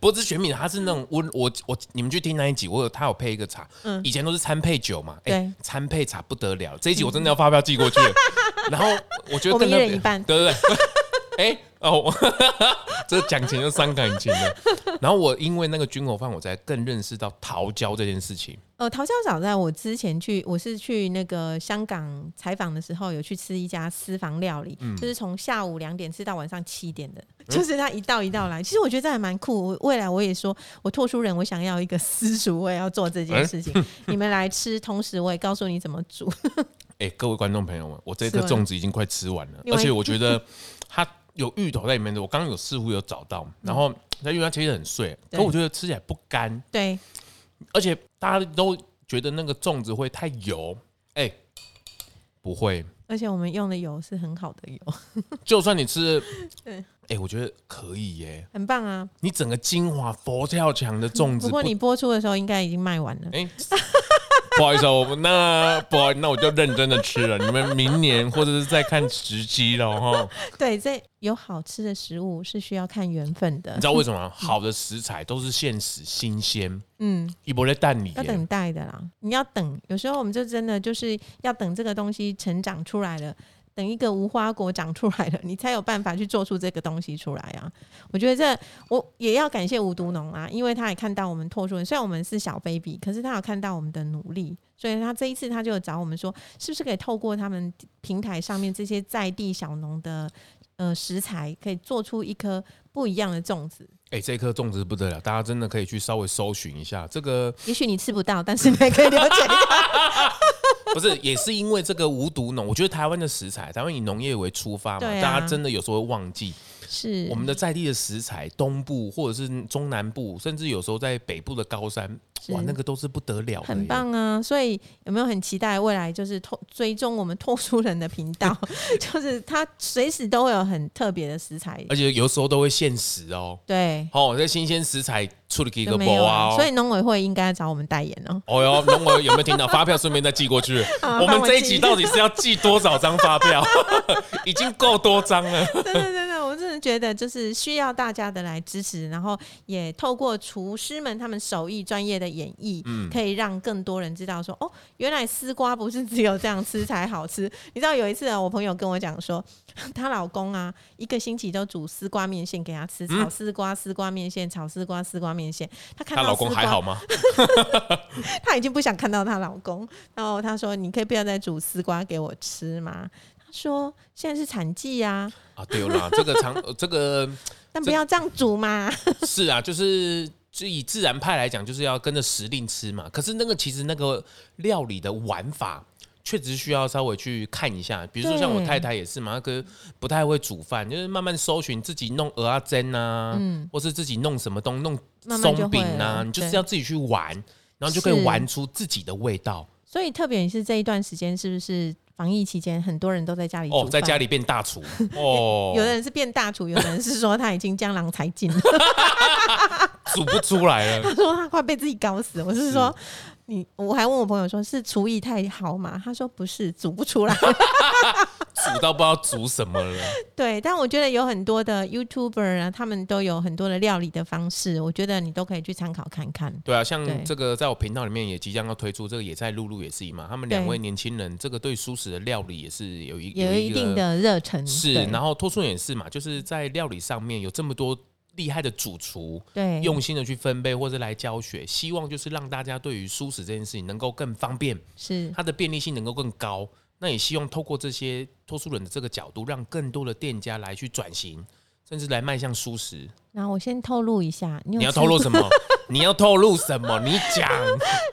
A: 不是玄米，它是那种温我我你们去听那一集，我有他有配一个茶，
B: 嗯
A: 以前都是餐配酒嘛，哎、
B: 对
A: 餐配茶不得了，这一集我真的要发票寄过去了。 然后我觉得
B: 我们
A: 更特别
B: 一人一半
A: 对 对对。哎、哦， 我这讲钱就伤感情了。然后我因为那个军火饭，我才更认识到桃胶这件事情。
B: 呃，陶校长在我之前去，我是去那个香港采访的时候，有去吃一家私房料理，就是从下午两点吃到晚上七点的，就是他一道一道来。其实我觉得这还蛮酷。我未来我也说，我拓出人，我想要一个 私塾，我也要做这件事情。你们来吃，同时我也告诉你怎么煮。
A: 哎、各位观众朋友们，我这颗
B: 吃完
A: 粽子已经快吃完了，
B: 另
A: 而
B: 外一
A: 且我觉得它有芋头在里面的，我刚刚有似乎有找到，然后那因为它切的很碎，可
B: 嗯对
A: 我觉得吃起来不干，
B: 对，
A: 而且大家都觉得那个粽子会太油，哎、不会，
B: 而且我们用的油是很好的油，
A: 就算你吃，
B: 对
A: 哎、我觉得可以耶、
B: 很棒啊。
A: 你整个精华佛跳墙的粽子
B: 不过你播出的时候应该已经卖完了。
A: 哎。 不好意思、哦，我们那不好意思，那我就认真的吃了。你们明年或者是再看时机了哈。
B: 对，这有好吃的食物是需要看缘分的
A: 你知。道为什么吗？好的食材都是现实新鲜，
B: 嗯。
A: 一波在蛋里
B: 要
A: 耶。
B: 等待的啦，你要等。有时候我们就真的就是要等这个东西成长出来了，等一个无花果长出来了，你才有办法去做出这个东西出来啊。 我觉得这我也要感谢无毒农啊，因为他也看到我们拓出人，虽然我们是小 baby，可是他有看到我们的努力，所以他这一次他就有找我们说，是不是可以透过他们平台上面这些在地小农的呃食材，可以做出一颗不一样的粽子。
A: 哎、这颗粽子不得了，大家真的可以去稍微搜寻一下。这个
B: 也许你吃不到，但是你也可以了解。
A: 不是，也是因为这个无毒农，我觉得台湾的食材，台湾以农业为出发嘛，
B: 对啊
A: 大家真的有时候会忘记。
B: 是
A: 我们的在地的食材，东部或者是中南部，甚至有时候在北部的高山，
B: 是
A: 哇，那个都是不得了的，
B: 很。棒啊！所以有没有很期待未来就是透追踪我们透书人的频道，就是他随时都会有很特别的食材
A: 而，且有时候都会限时哦，
B: 对，
A: 哦，这新鲜食材出了几个
B: 就没
A: 波
B: 有
A: 啊、
B: 了。所
A: 哦
B: 以。农委会应该找我们代言哦。
A: 哦哟，那我有没有听到发票？顺便再寄过去。
B: 啊
A: 我们
B: 帮我
A: 这一
B: 寄
A: 集到底是要寄多少张发票？ 已经够多张了。
B: 真的真的，我真的觉得就是需要大家的来支持，然后也透过厨师们他们手艺专业的演绎，
A: 嗯
B: 可以让更多人知道说，哦，原来丝瓜不是只有这样吃才好吃。你知道有一次啊，我朋友跟我讲说，她老公啊，一个星期都煮丝瓜面线给她吃，炒丝瓜、丝瓜面线、炒丝瓜、丝瓜面线。她
A: 嗯
B: 看
A: 她
B: 到
A: 老公
B: 丝
A: 还
B: 瓜
A: 好吗？
B: 她已经不想看到她老公，然后她说：“你可以不要再煮丝瓜给我吃吗？”她说：“现在是产季啊，
A: 啊，对啦，这个长，呃这个
B: 但
A: 这
B: 不要这样煮嘛。
A: 是啊，就是就以自然派来讲，就是要跟着时令吃嘛。可是那个其实那个料理的玩法，确实需要稍微去看一下。比如说像我
B: 对
A: 太太也是嘛，她可不太会煮饭，就是慢慢搜寻自己弄鹅啊蒸啊，或是自己弄什么东弄
B: 嗯慢慢就
A: 松饼
B: 会
A: 啊，
B: 了
A: 你就
B: 对
A: 是要自己去玩，然后就可以
B: 是
A: 玩出自己的味道。
B: 所以特别是这一段时间，是不是防疫期间，很多人都在家里煮
A: 哦，
B: 饭
A: 在家。里变大 厨哦，
B: 有的人是变大厨，有的人是说他已经江郎才尽了，
A: 煮不出来了。
B: 他说他快被自己搞死了。我是说，你我还问我朋友说是厨艺太好嘛？他说不是，煮不出来。
A: 煮到不知道煮什么了。
B: 对，但我觉得有很多的 YouTuber 啊，他们都有很多的料理的方式，我觉得你都可以去参考看看。
A: 对啊，
B: 对
A: 像这个在我频道里面也即将要推出这个野菜露露也是一嘛，他们两
B: 对
A: 位年轻人，这个对素食的料理也是有一
B: 有一
A: 一个
B: 定的热忱，
A: 是，
B: 对
A: 然后托顺也是嘛，就是在料理上面有这么多厉害的主厨，
B: 对
A: 用心的去分配或者来教学，希望就是让大家对于素食这件事情能够更方便，
B: 是
A: 它的便利性能够更高。那也希望透过这些托素人的这个角度，让更多的店家来去转型，甚至来迈向素食。
B: 然后我先透露一下，你有
A: 你要
B: 吃
A: 透露什么？ 你要透露什么？你讲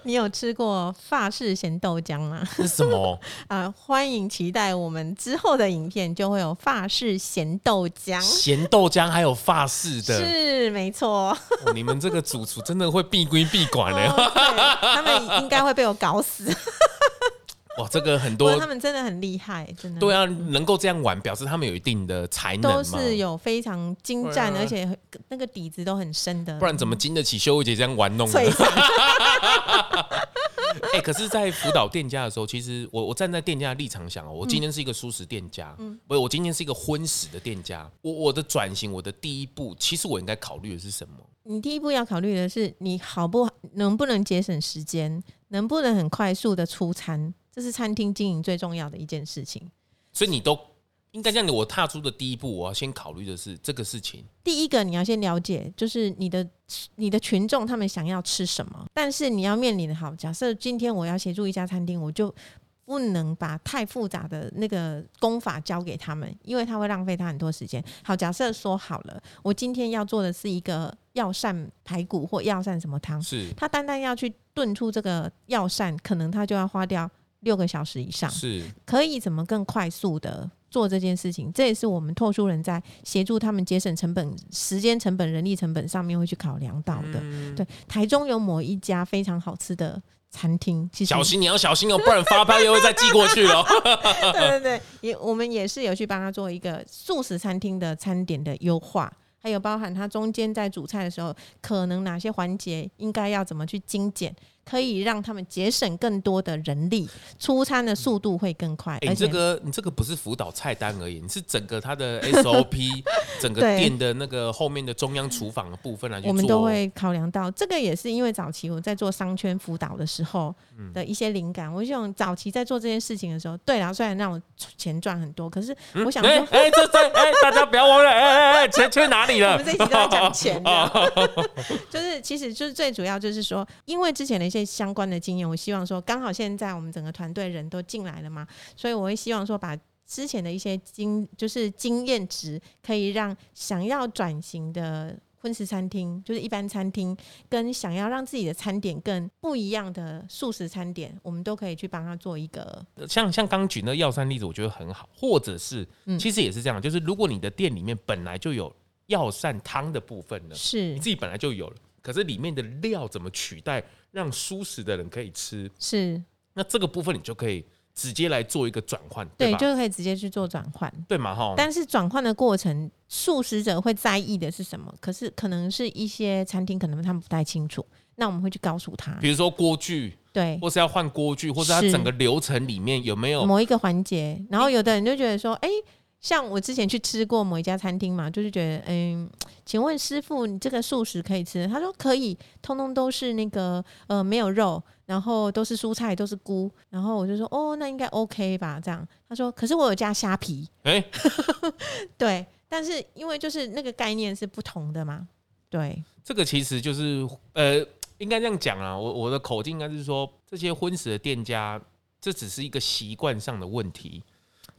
B: 你有吃过 法式咸豆浆吗？
A: 是什么？
B: 啊、欢迎期待我们之后的影片，就会有法式咸豆浆。
A: 咸豆浆还有法式的，
B: 是没 错，
A: 哦你们这个主厨真的会闭规闭管欸呢、
B: 哦对他们应该会被我搞死。
A: 哇，这个很
B: 不过
A: 多
B: 他们真的很厉害，真的。
A: 对啊，能够这样玩，表示他们有一定的才能
B: 都
A: 嘛，
B: 是有非常精湛，
A: 对啊
B: 而且很那个底子都很深的。
A: 不 然怎么经得起修姐这样玩弄呢？
B: 脆
A: 哎、可是，在辅导店家的时候，其实我我站在店家的立场
B: 嗯
A: 想哦，我今天是一个素食店家，不是，我今天是一个荤食的店家，我我的转型，我的第一步，其实我应该考虑的是什么？
B: 你第一步要考虑的是，你好不好能不能节省时间，能不能很快速的出餐，这是餐厅经营最重要的一件事情。
A: 所以你都应该这样，我踏出的第一步，我要先考虑的是这个事情。
B: 第一个你要先了解，就是你的你的群众他们想要吃什么，但是你要面临的好，假设今天我要协助一家餐厅，我就不能把太复杂的那个功法交给他们，因为他会浪费他很多时间。好，假设说好了，我今天要做的是一个药膳排骨或药膳什么汤，
A: 是
B: 他单单要去炖出这个药膳，可能他就要花掉六个小时以上。
A: 是，
B: 可以怎么更快速的做这件事情，这也是我们透书人在协助他们节省成本、时间成本、人力成本上面会去考量到
A: 嗯
B: 的。对，台中有某一家非常好吃的餐 厅，其实
A: 小心你要小心哦，不然发票又会再寄过去 哦。
B: 对对对，也我们也是有去帮他做一个素食餐厅的餐点的优化。还有包含他中间在煮菜的时候，可能哪些环节应该要怎么去精简，可以让他们节省更多的人力，出餐的速度会更快。
A: 哎、
B: 而
A: 你
B: 且
A: 这个你这个不是辅导菜单而已，你是整个它的 SOP，整个
B: 对
A: 店的那个后面的中央厨房的部分来去做。
B: 我们都会考量到这个，也是因为早期我在做商圈辅导的时候
A: 嗯
B: 的一些灵感。我想早期在做这件事情的时候，对啦，虽然让我钱赚很多，可是我想
A: 哎
B: 说
A: 哎、，这这哎、大家不要忘了，哎哎哎，钱去哪里
B: 我
A: 了哦
B: 们？这一集都在讲钱 的，就是其实就是最主要就是说，因为之前的一些相关的经验，我希望说，刚好现在我们整个团队人都进来了嘛，所以我会希望说把。之前的一些经就是经验值，可以让想要转型的荤食餐厅，就是一般餐厅，跟想要让自己的餐点更不一样的素食餐点，我们都可以去帮他做一个
A: 像像刚举那药膳例子，我觉得很好，或者是、
B: 嗯
A: 其实也是这样，就是如果你的店里面本来就有药膳汤的部分呢？
B: 是
A: 你自己本来就有了，可是里面的料怎么取代，让舒适的人可以吃？
B: 是，
A: 那这个部分你就可以直接来做一个转换，
B: 对，
A: 吧？
B: 就可以直接去做转换。
A: 对嘛哈？
B: 但是转换的过程，素食者会在意的是什么？可是可能是一些餐厅，可能他们不太清楚，那我们会去告诉他，
A: 比如说锅具，
B: 对
A: 或是要换锅具，或是它
B: 是
A: 整个流程里面有没有
B: 某一个环节。然后有的人就觉得说，哎、像我之前去吃过某一家餐厅嘛，就是觉得，嗯，请问师傅，你这个素食可以吃？他说可以，通通都是那个呃没有肉，然后都是蔬菜，都是菇。然后我就说，哦，那应该 OK 吧？这样，他说，可是我有加虾皮，
A: 哎、
B: 对，但是因为就是那个概念是不同的嘛，对。
A: 这个其实就是呃，应该这样讲啊，我我的口径应该是说，这些荤食的店家，这只是一个习惯上的问题，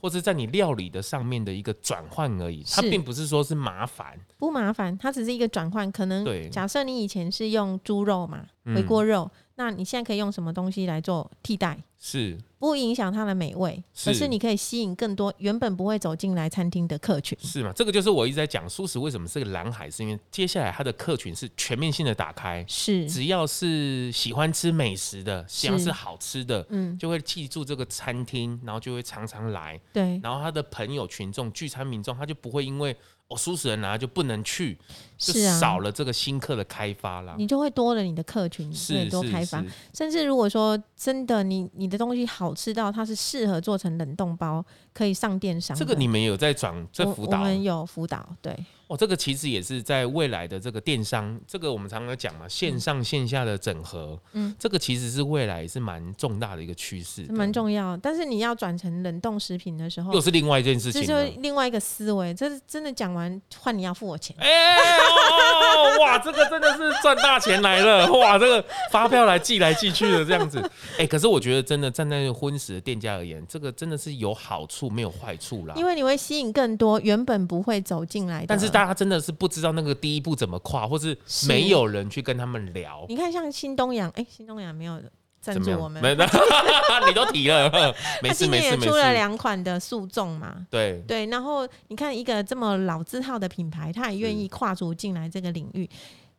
A: 或是在你料理的上面的一个转换而已，它
B: 是
A: 并不是说是麻烦，
B: 不麻烦，它只是一个转换。可
A: 对
B: 能假设你以前是用猪肉嘛，
A: 嗯
B: 回锅肉，那你现在可以用什么东西来做替代？
A: 是
B: 不影响它的美味，可
A: 是
B: 是你可以吸引更多原本不会走进来餐厅的客群。
A: 是嘛？这个就是我一直在讲，素食为什么是个蓝海，是因为接下来它的客群是全面性的打开，
B: 是，
A: 只要是喜欢吃美食的，想要
B: 是
A: 是好吃的。
B: 嗯，
A: 就会记住这个餐厅，然后就会常常来，
B: 对，
A: 然后他的朋友群众、聚餐民众，他就不会因为哦舒适人来、就不能去，就是
B: 啊，
A: 少了这个新客的开发啦。
B: 你就会多了你的客群，你
A: 是
B: 也多开发
A: 是。是
B: 甚至如果说真的你你的东西好吃到它是适合做成冷冻包，可以上电商的，
A: 这个你们有在转在
B: 我
A: 辅
B: 我
A: 导
B: 们有辅导，对，
A: 哦，这个其实也是在未来的这个电商，这个我们常常讲嘛，线上线下的整合，
B: 嗯
A: 这个其实是未来也是蛮重大的一个趋势
B: 这，蛮
A: 对
B: 重要。但是你要转成冷冻食品的时候
A: 又，是另外一件事
B: 这
A: 情
B: 就
A: 了。
B: 是另外一个思维，这是真的讲完换你要付我钱，
A: 哎、哦，哇，这个真的是赚大钱来了！哇，这个发票来寄来寄去的这样子。哎、可是我觉得真的站在荤食的店家而言，这个真的是有好处没有坏处啦。
B: 因为你会吸引更多原本不会走进来的。
A: 但是大家真的是不知道那个第一步怎么跨，或是
B: 是
A: 没有人去跟他们聊。
B: 你看，像新东阳，哎、新东阳没有赞
A: 怎么
B: 助
A: 样？
B: 我们，
A: 没， 你都提了，没
B: 他
A: 事
B: 今
A: 没
B: 年
A: 事
B: 也
A: 没
B: 出了
A: 事。嗯
B: 两款的速冻嘛。
A: 对，
B: 对，然后你看一个这么老字号的品牌，他也愿
A: 是
B: 意跨足进来这个领域。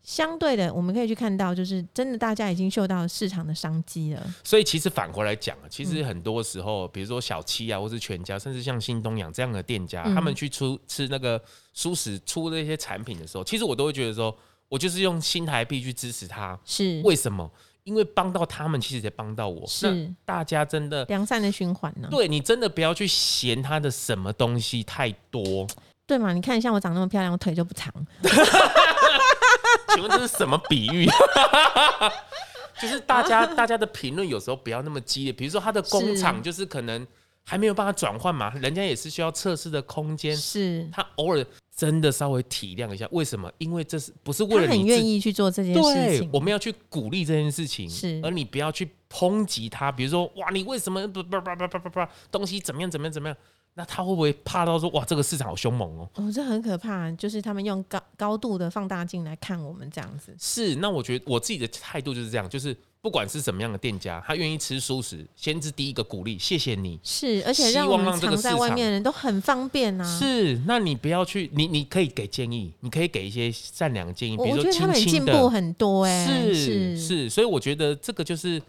B: 相对的，我们可以去看到，就是真的大家已经嗅到市场的商机了。
A: 所以其实反过来讲啊，其
B: 嗯
A: 实很多时候，比如说小七啊，或是全家，甚至像新东阳这样的店家，
B: 嗯
A: 他们去出吃那个素食出那些产品的时候，其实我都会觉得说，我就是用新台币去支持他。
B: 是
A: 为什么？因为帮到他们，其实也帮到我。那
B: 嗯是
A: 大家真的。
B: 良善的循环呢、
A: 对你真的不要去嫌他的什么东西太多，
B: 对嘛？你看，像我长那么漂亮，我腿就不长，
A: 请问这是什么比喻？ 就是大家
B: 啊
A: 大家的评论有时候不要那么激烈，比如说他的工厂就是可能还没有办法转换嘛，人家也是需要测试的空间，
B: 是
A: 他偶尔真的稍微体谅一下，为什么？因为这是不是
B: 他
A: 为了
B: 很
A: 你自
B: 愿
A: 己？
B: 意去做这件事
A: 对
B: 情，。
A: 我们要去鼓励这件事情，
B: 是
A: 而你不要去抨击他，比如说哇，你为什么不不不不不不不东西怎么样怎么样怎么样？那他会不会怕到说哇，这个市场好凶猛哦？
B: 哦，这很可怕，就是他们用高高度的放大镜来看我们这样子，
A: 是，那我觉得我自己的态度就是这样，就是不管是什么样的店家，他愿意吃素食，先是第一个鼓励，谢谢你。
B: 是，而且
A: 希
B: 让我
A: 望
B: 们
A: 让这个
B: 藏在
A: 市
B: 外
A: 场
B: 面的人都很方便啊。
A: 是，那你不要去，你你可以给建议，你可以给一些善良的建议，
B: 我
A: 比
B: 我
A: 如
B: 觉
A: 说
B: 得
A: 轻
B: 他们也
A: 轻
B: 进
A: 的，
B: 步很多哎、
A: 是
B: 是，
A: 是，所以我觉得这个就是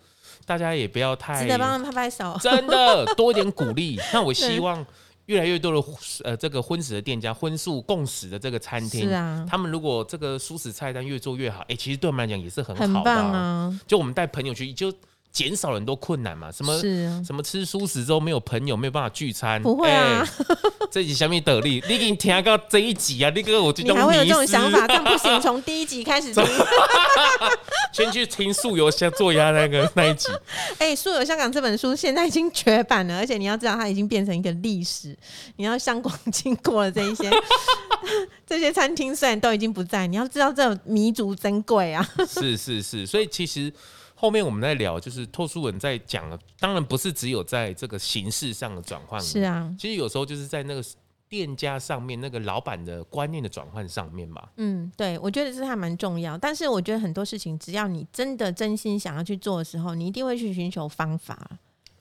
A: 大家也不要太
B: 值得帮他们拍拍手。
A: 真的多一点鼓励。那我
B: 对
A: 希望越来越多的呃这个荤食的店家、荤素共食的这个餐厅，
B: 是啊，
A: 他们如果这个素食菜单越做越好，哎、其实对我们来讲也是很
B: 很
A: 好的、
B: 棒啊，
A: 就我们带朋友去，就减少了很多困难嘛。什么
B: 是啊，
A: 什么吃素食之后没有朋友，没有办法聚餐，
B: 不会啊
A: 欸这集下面得力， 你已经听到这一集啊，那个我就
B: 你还会有这种想法，这样不行，从第一集 开始听。
A: 先去听素油先做一下那个那一集。
B: 哎、素有香港》这本书现在已经绝版了，而且你要知道，它已经变成一个历史。你要香港经过了这一些 这些餐厅，虽然都已经不在，你要知道这种弥足珍贵啊。
A: 是是是，所以其实后面我们在聊，就是透书文在讲了，当然不是只有在这个形式上的转换，
B: 是，啊，
A: 其实有时候就是在那个店家上面，那个老板的观念的转换上面嘛。
B: 嗯，对，我觉得这还蛮重要。但是我觉得很多事情，只要你真的真心想要去做的时候，你一定会去寻求方法。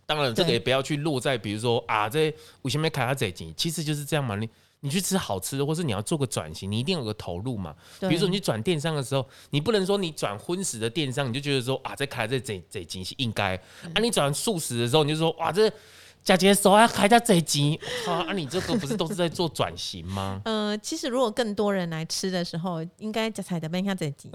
A: 当然，这个
B: 对
A: 也不要去落在比如说啊，这为什么要砍他这钱？其实就是这样嘛。你你去吃好吃的，或是你要做个转型，你一定有个投入嘛。
B: 对？
A: 比如说你去转电商的时候，你不能说你转荤食的电商，你就觉得说啊，这开这这这钱是应该的；啊，你转素食的时候，你就说哇，这佳姐手还开在这钱，哇啊，你这个不是都是在做转型吗
B: 呃，其实如果更多人来吃的时候，应该才得变下这集。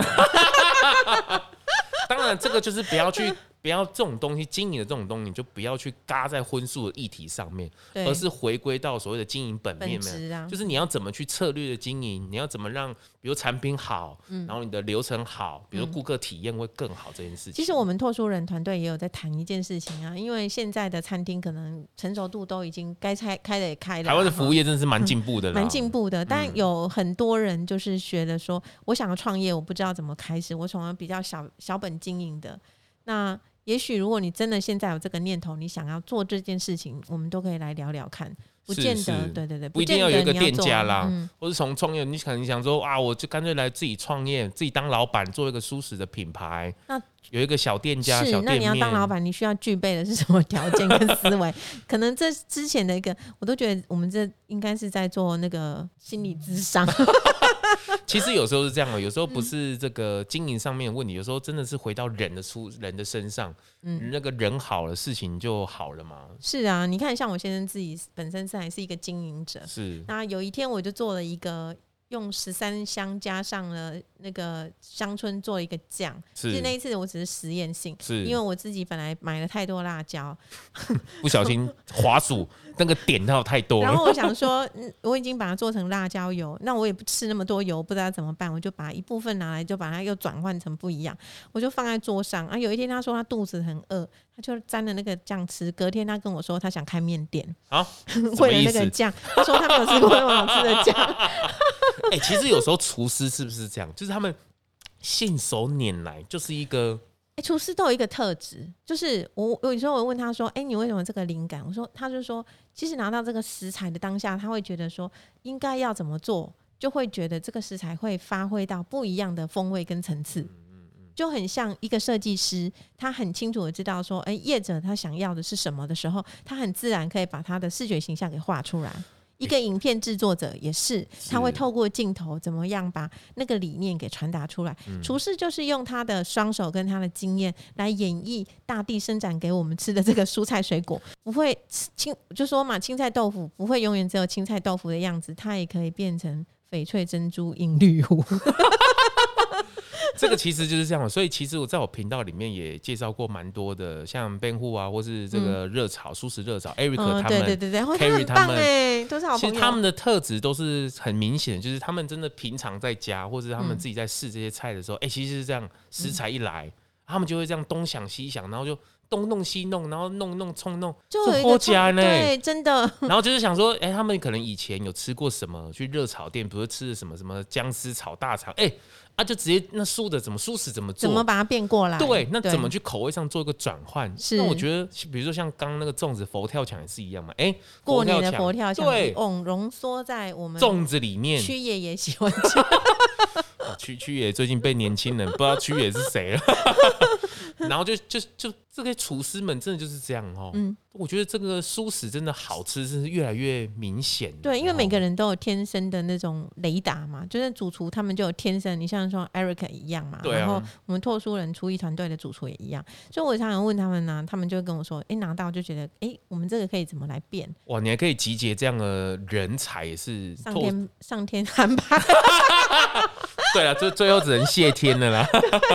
A: 当然，这个就是不要去。不要这种东西，经营的这种东西，你就不要去嘎在荤素的议题上面，
B: 对
A: 而是回归到所谓的经营本面
B: 本质啊
A: 就是你要怎么去策略的经营，你要怎么让比如产品好，
B: 嗯
A: 然后你的流程好，比如顾客体验会更好这件事情。
B: 其实我们拓书人团队也有在谈一件事情啊，因为现在的餐厅可能成熟度都已经该开开的也开了啊，
A: 台湾的服
B: 哈
A: 务业真的是蛮进步的啦，嗯
B: 蛮进步的，但有很多人就是学的说，我想要创业，我不知道怎么开始，我从而比较小小本经营的。那也许如果你真的现在有这个念头，你想要做这件事情，我们都可以来聊聊看。不
A: 是
B: 见
A: 是
B: 得，对对对，
A: 不一定
B: 见
A: 要
B: 得
A: 有一个
B: 你
A: 店
B: 做
A: 家啦，
B: 嗯，
A: 或是从创业，你可能想说啊，我就干脆来自己创业，自己当老板，做一个舒适的品牌。
B: 那
A: 有一个小店家、
B: 是
A: 小，
B: 那
A: 店
B: 你要
A: 面，
B: 当老板，你需要具备的是什么条件跟思维？ 可能这之前的一个，我都觉得我们这应该是在做那个心理咨商，
A: 其实有时候是这样的，有时
B: 嗯
A: 候不是这个经营上面的问题，有时候真的是回到人的出人的身上，
B: 嗯
A: 那个人好了，事情就好了嘛。
B: 是啊，你看，像我先生自己本身是还是一个经营者，
A: 是，
B: 那有一天我就做了一个用十三香加上了那个香椿做一个酱，
A: 是
B: 其实那一次我只是实验性，
A: 是
B: 因为我自己本来买了太多辣椒，
A: 不小心滑鼠那个点到太多
B: 然
A: 了，
B: 后我想说，嗯，我已经把它做成辣椒油，那我也不吃那么多油，不知道怎么办，我就把一部分拿来，就把它又转换成不一样，我就放在桌上。啊，有一天他说他肚子很饿，他就沾了那个酱吃。隔天他跟我说他想开面店，
A: 啊，
B: 为了
A: 意
B: 那个
A: 思
B: 酱，他说他没有吃过那么好吃的酱。
A: 哎、其实有时候厨师是不是这样？就是他们信手拈来，就是一个
B: 哎、厨师都有一个特质，就是我我有时候我问他说：“哎、你为什么这个灵感？”我说，他就说，其实拿到这个食材的当下，他会觉得说应该要怎么做，就会觉得这个食材会发挥到不一样的风味跟层次。就很像一个设计师，他很清楚的知道说，哎、业者他想要的是什么的时候，他很自然可以把他的视觉形象给画出来。一个影片制作者也是，他会
A: 是
B: 透过镜头怎么样把那个理念给传达出来。厨师就是用他的双手跟他的经验来演绎大地生长给我们吃的这个蔬菜水果， 不会青就说嘛，青菜豆腐不会永远只有青菜豆腐的样子，它也可以变成翡翠珍珠银绿湖。
A: 这个其实就是这样，所以其实我在我频道里面也介绍过蛮多的，像辩护啊，或是这个热炒、素食热炒，Eric 他们，
B: 嗯对对对对，哦他
A: Carrie
B: 很
A: 他
B: 棒
A: 们
B: 哎，都是好
A: 其
B: 朋
A: 实
B: 友。
A: 他们的特质都是很明显的，就是他们真的平常在家，或者他
B: 嗯
A: 们自己在试这些菜的时候，哎、其实是这样，食材一来，他们就会这样东想西想，然后就东弄西弄，然后弄弄冲弄，
B: 就
A: 这
B: 有一
A: 好
B: 个
A: 吃呢
B: 对，真的
A: 然后就是想说，哎、他们可能以前有吃过什么，去热炒店，比如吃的什么什么姜丝炒大肠，哎、啊，就直接那素的怎么素食怎么做？
B: 怎么把它变过来？
A: 对，那怎么去口味上做一个转换？
B: 是
A: 那我觉得，比如说像刚刚那个粽子佛跳墙也是一样嘛，哎、
B: 过年的佛跳墙
A: 对，
B: 哦，浓缩在我们
A: 粽子里面，
B: 区爷爷喜欢吃。
A: 哦区区野最近被年轻人不知道区野是谁了， 然后就就就这个厨师们真的就是这样哦，
B: 嗯
A: 我觉得这个素食真的好吃，真是越来越明显了。
B: 对，因为每
A: 哦
B: 个人都有天生的那种雷达嘛，就是主厨他们就有天生，你像说 Eric 一样嘛，
A: 对啊
B: 然后我们拓书人厨艺团队的主厨也一样，所以我常常问他们呢、他们就会跟我说，诶，拿到就觉得，诶，我们这个可以怎么来变？
A: 哇，你还可以集结这样的人才，也是
B: 上
A: 透
B: 天上天安排，
A: 对啊，最最后只能谢天了啦。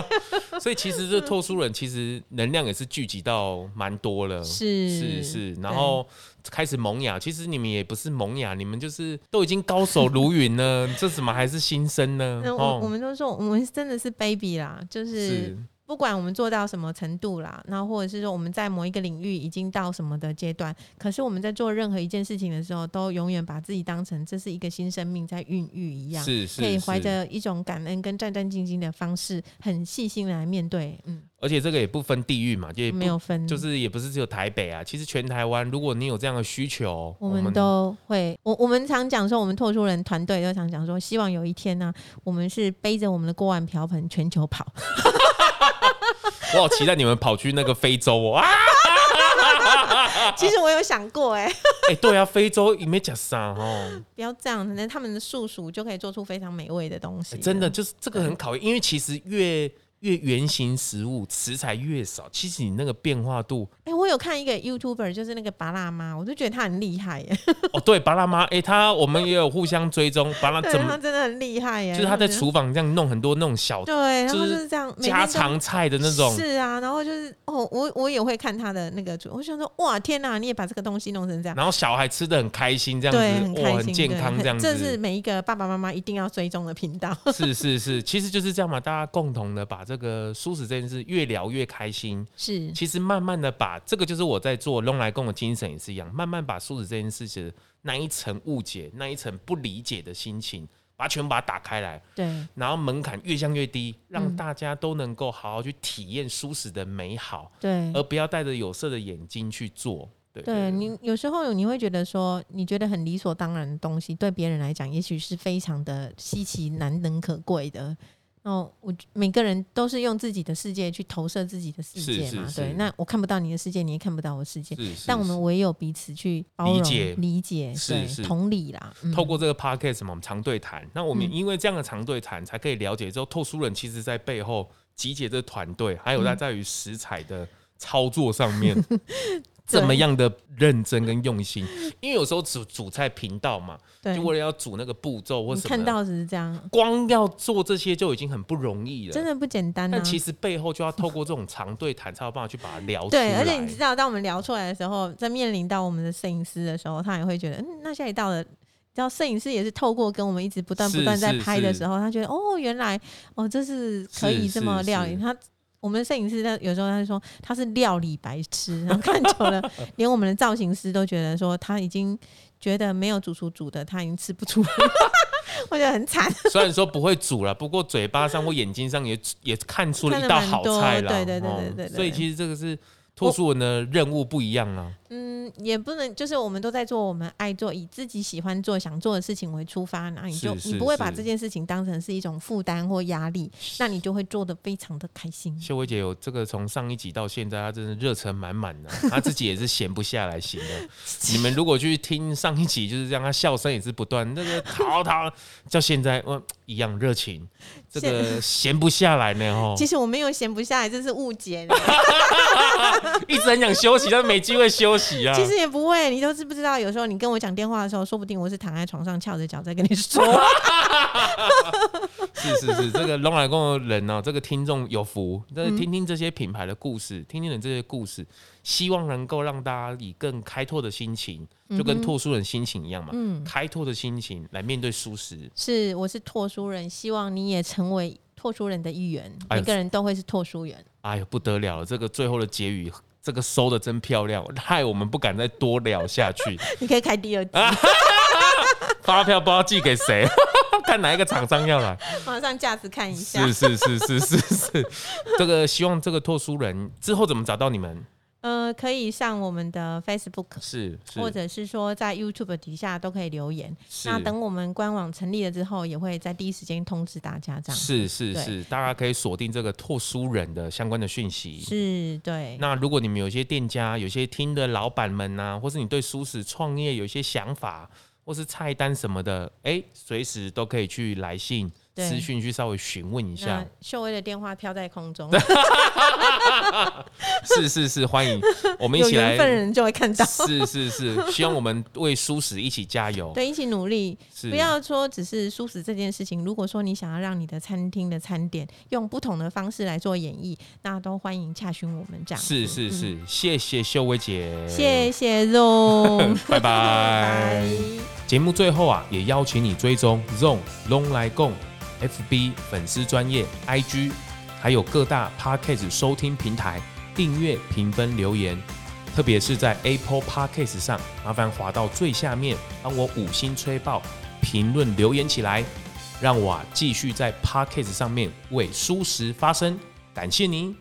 A: 所以其实这
B: 嗯
A: 透书人其实能量也是聚集到蛮多了，
B: 是
A: 是是，然后开始萌芽。其实你们也不是萌芽，你们就是都已经高手如云了， 这怎么还是新生呢？
B: 那嗯我我们都说我们真的是 baby 啦，就是
A: 哦是
B: 不管我们做到什么程度啦，然后或者是说我们在某一个领域已经到什么的阶段，可是我们在做任何一件事情的时候，都永远把自己当成这是一个新生命在孕育一样，
A: 是是，
B: 可以怀
A: 是
B: 着一种感恩跟战战兢兢的方式，很细心地来面对，嗯，
A: 而且这个也不分地域嘛，就也不
B: 没有分，
A: 就是也不是只有台北啊，其实全台湾，如果你有这样的需求，
B: 我们都会，我我们常讲说，我们拓出人团队都常讲说，希望有一天呢、我们是背着我们的锅碗瓢盆全球跑，
A: 我好期待你们跑去那个非洲哦啊！
B: 其实我有想过、哎，
A: 哎、对啊，非洲也没讲啥哦，
B: 不要这样子，那他们的素熟就可以做出非常美味的东西、
A: 哎真的，就是这个很考验，因为其实越越圆形食物食材越少，其实你那个变化度，
B: 哎、我有看一个 YouTuber，就是那个拔辣妈，我就觉得她很厉害耶，
A: 哦，对，巴拉妈，哎、她我们也有互相追踪，巴 拉
B: 对，
A: 怎
B: 她
A: 么
B: 真的很厉害耶，
A: 就是她在
B: 然后
A: 厨房这样弄很多那种小
B: 就，对，然
A: 就
B: 后就是是这样每天
A: 家
B: 都
A: 常菜的那种，
B: 是啊，然后就是哦，我我也会看她的那个主，我想说哇，天哪，你也把这个东西弄成这样。
A: 然后小孩吃的很开心，这样
B: 啊对，
A: 子，
B: 很
A: 哇、
B: 开
A: 很
B: 心，
A: 健
B: 对
A: 康
B: 很
A: 这样
B: 这是
A: 子，
B: 每一个爸爸妈妈一定要追踪的频道。
A: 是是是，其实就是这样嘛，大家共同的把这个舒适这件事越聊越开心。
B: 是，
A: 其实慢慢的把这个就是我在做弄来共的精神也是一样，慢慢把素食这件事情的那一层误解、那一层不理解的心情，把它全部把它打开来，
B: 对，
A: 然后门槛越降越低，让
B: 嗯
A: 大家都能够好好去体验舒适的美好，
B: 对，
A: 而不要戴着有色的眼睛去做。对
B: 对你有时候你会觉得说，你觉得很理所当然的东西，对别人来讲，也许是非常的稀奇、难能可贵的。哦，我每个人都是用自己的世界去投射自己的世
A: 是
B: 界
A: 是
B: 嘛，
A: 是
B: 对。那我看不到你的世界，你也看不到我的世界，
A: 是是
B: 但我
A: 是
B: 们唯有彼此去包
A: 理
B: 容、
A: 解
B: 理解，
A: 是
B: 对
A: 是
B: 同理啦。嗯
A: 透过这个 podcast 嘛，我们常对谈。那我们
B: 嗯
A: 因为这样的常对谈，才可以了解之后，透书人其实在背后集结这团队，还有它
B: 嗯
A: 在于食材的操作上面， 怎么样的认真跟用心。因为有时候煮煮菜频道嘛，
B: 嗯对
A: 就，为了要煮那个步骤或
B: 你
A: 什么，
B: 看到只是这样，
A: 光要做这些就已经很不容易了。
B: 真的不简单啊
A: 但。其实背后就要透过这种常对谈，才有办法去把它聊出来。
B: 对，而且你知道，当我们聊出来的时候，在面临到我们的摄影师的时候，他也会觉得，嗯，那下一道的，你知道，摄影师也是透过跟我们一直不断
A: 是
B: 不断在
A: 是
B: 拍的
A: 是
B: 时候，他觉得，哦，原来，哦，这是可以
A: 是
B: 这么
A: 是
B: 料理。
A: 是
B: 他我们的摄影师他有时候他就说他是料理白痴，然后看久 了，连我们的造型师都觉得说他已经觉得没有主厨煮的他已经吃不出来， 我觉得很惨。
A: 虽然说不会煮了，不过嘴巴上或眼睛上也也看出了一道好菜啦。
B: 看得蛮多对对对
A: 哦
B: 对对对
A: 所以其实这个是拓书文的任务不一样啊。
B: 嗯，也不能，就是我们都在做我们爱做，以自己喜欢做、想做的事情为出发，那你就是你不会把
A: 是
B: 这件事情当成是一种负担或压力，那你就会做的非常的开心。
A: 秀薇姐有这个从上一集到现在，她真的热忱满满的， 她自己也是闲不下来型的。你们如果去听上一集，就是让她笑声也是不断，那个淘淘叫现在哇一样热情，这个闲不下来呢哦，
B: 其实我没有闲不下来，这是误解 呢。
A: 一直很想休息，但没机会休息啊。
B: 其实也不会，你都知不知道？有时候你跟我讲电话的时候，说不定我是躺在床上翘着脚在跟 你说。
A: 是是是，这个龙海宫的人呢、哦这个听众有福，这个听听这些品牌的故事，听听你这些故事，希望能够让大家以更开拓的心情，就跟拓书人心情一样嘛，
B: 嗯，
A: 开拓的心情来面对舒适。
B: 是，我是拓书人，希望你也成为拓书人的一员。
A: 哎呦
B: 每个人都会是拓 书人。
A: 哎呦，不得了了，这个最后的结语，这个收的真漂亮，害我们不敢再多聊下去。
B: 你可以开第二
A: 啊
B: 集，
A: 发票不知道寄给谁， 看哪一个厂商要来。
B: 马上价值看一下
A: 是。是是是是是，这个希望这个拓书人之后怎么找到你们？
B: 呃，可以上我们的 Facebook
A: 是是
B: 或者是说在 YouTube 底下都可以留言。
A: 是
B: 那等我们官网成立了之后，也会在第一时间通知大家，这样
A: 是是
B: 对
A: 是，大家可以锁定这个拓书人的相关的讯息。
B: 是对，
A: 那如果你们有一些店家、有一些听的老板们呐、或是你对舒适创业有一些想法，或是菜单什么的，哎、随时都可以去来信、
B: 对
A: 私讯去稍微询问一下
B: 那。秀薇的电话飘在 空中，
A: 是是是，欢 迎我们一
B: 有
A: 起
B: 缘分的
A: 来。
B: 人就会看到。
A: 是是是，希望我们为舒适一起加油。
B: 对，一起努力，
A: 是
B: 不要说只是舒适这件事情。如果说你想要让你的餐厅的餐点用不同的方式来做演绎，那都欢迎洽询我们这样。
A: 是是是，谢谢秀薇姐，
B: 嗯谢谢 Zoom，
A: 拜 拜
B: 拜。
A: 节目最后啊，也邀请你追踪 Zone Long 来共 FB 粉丝专业 IG，还有各大 Podcast 收听平台订阅、评分、留言，特别是在 Apple Podcast 上，麻烦滑到最下面，帮我五星吹爆，评论留言起来，让我啊继续在 Podcast 上面为舒适发声。感谢您。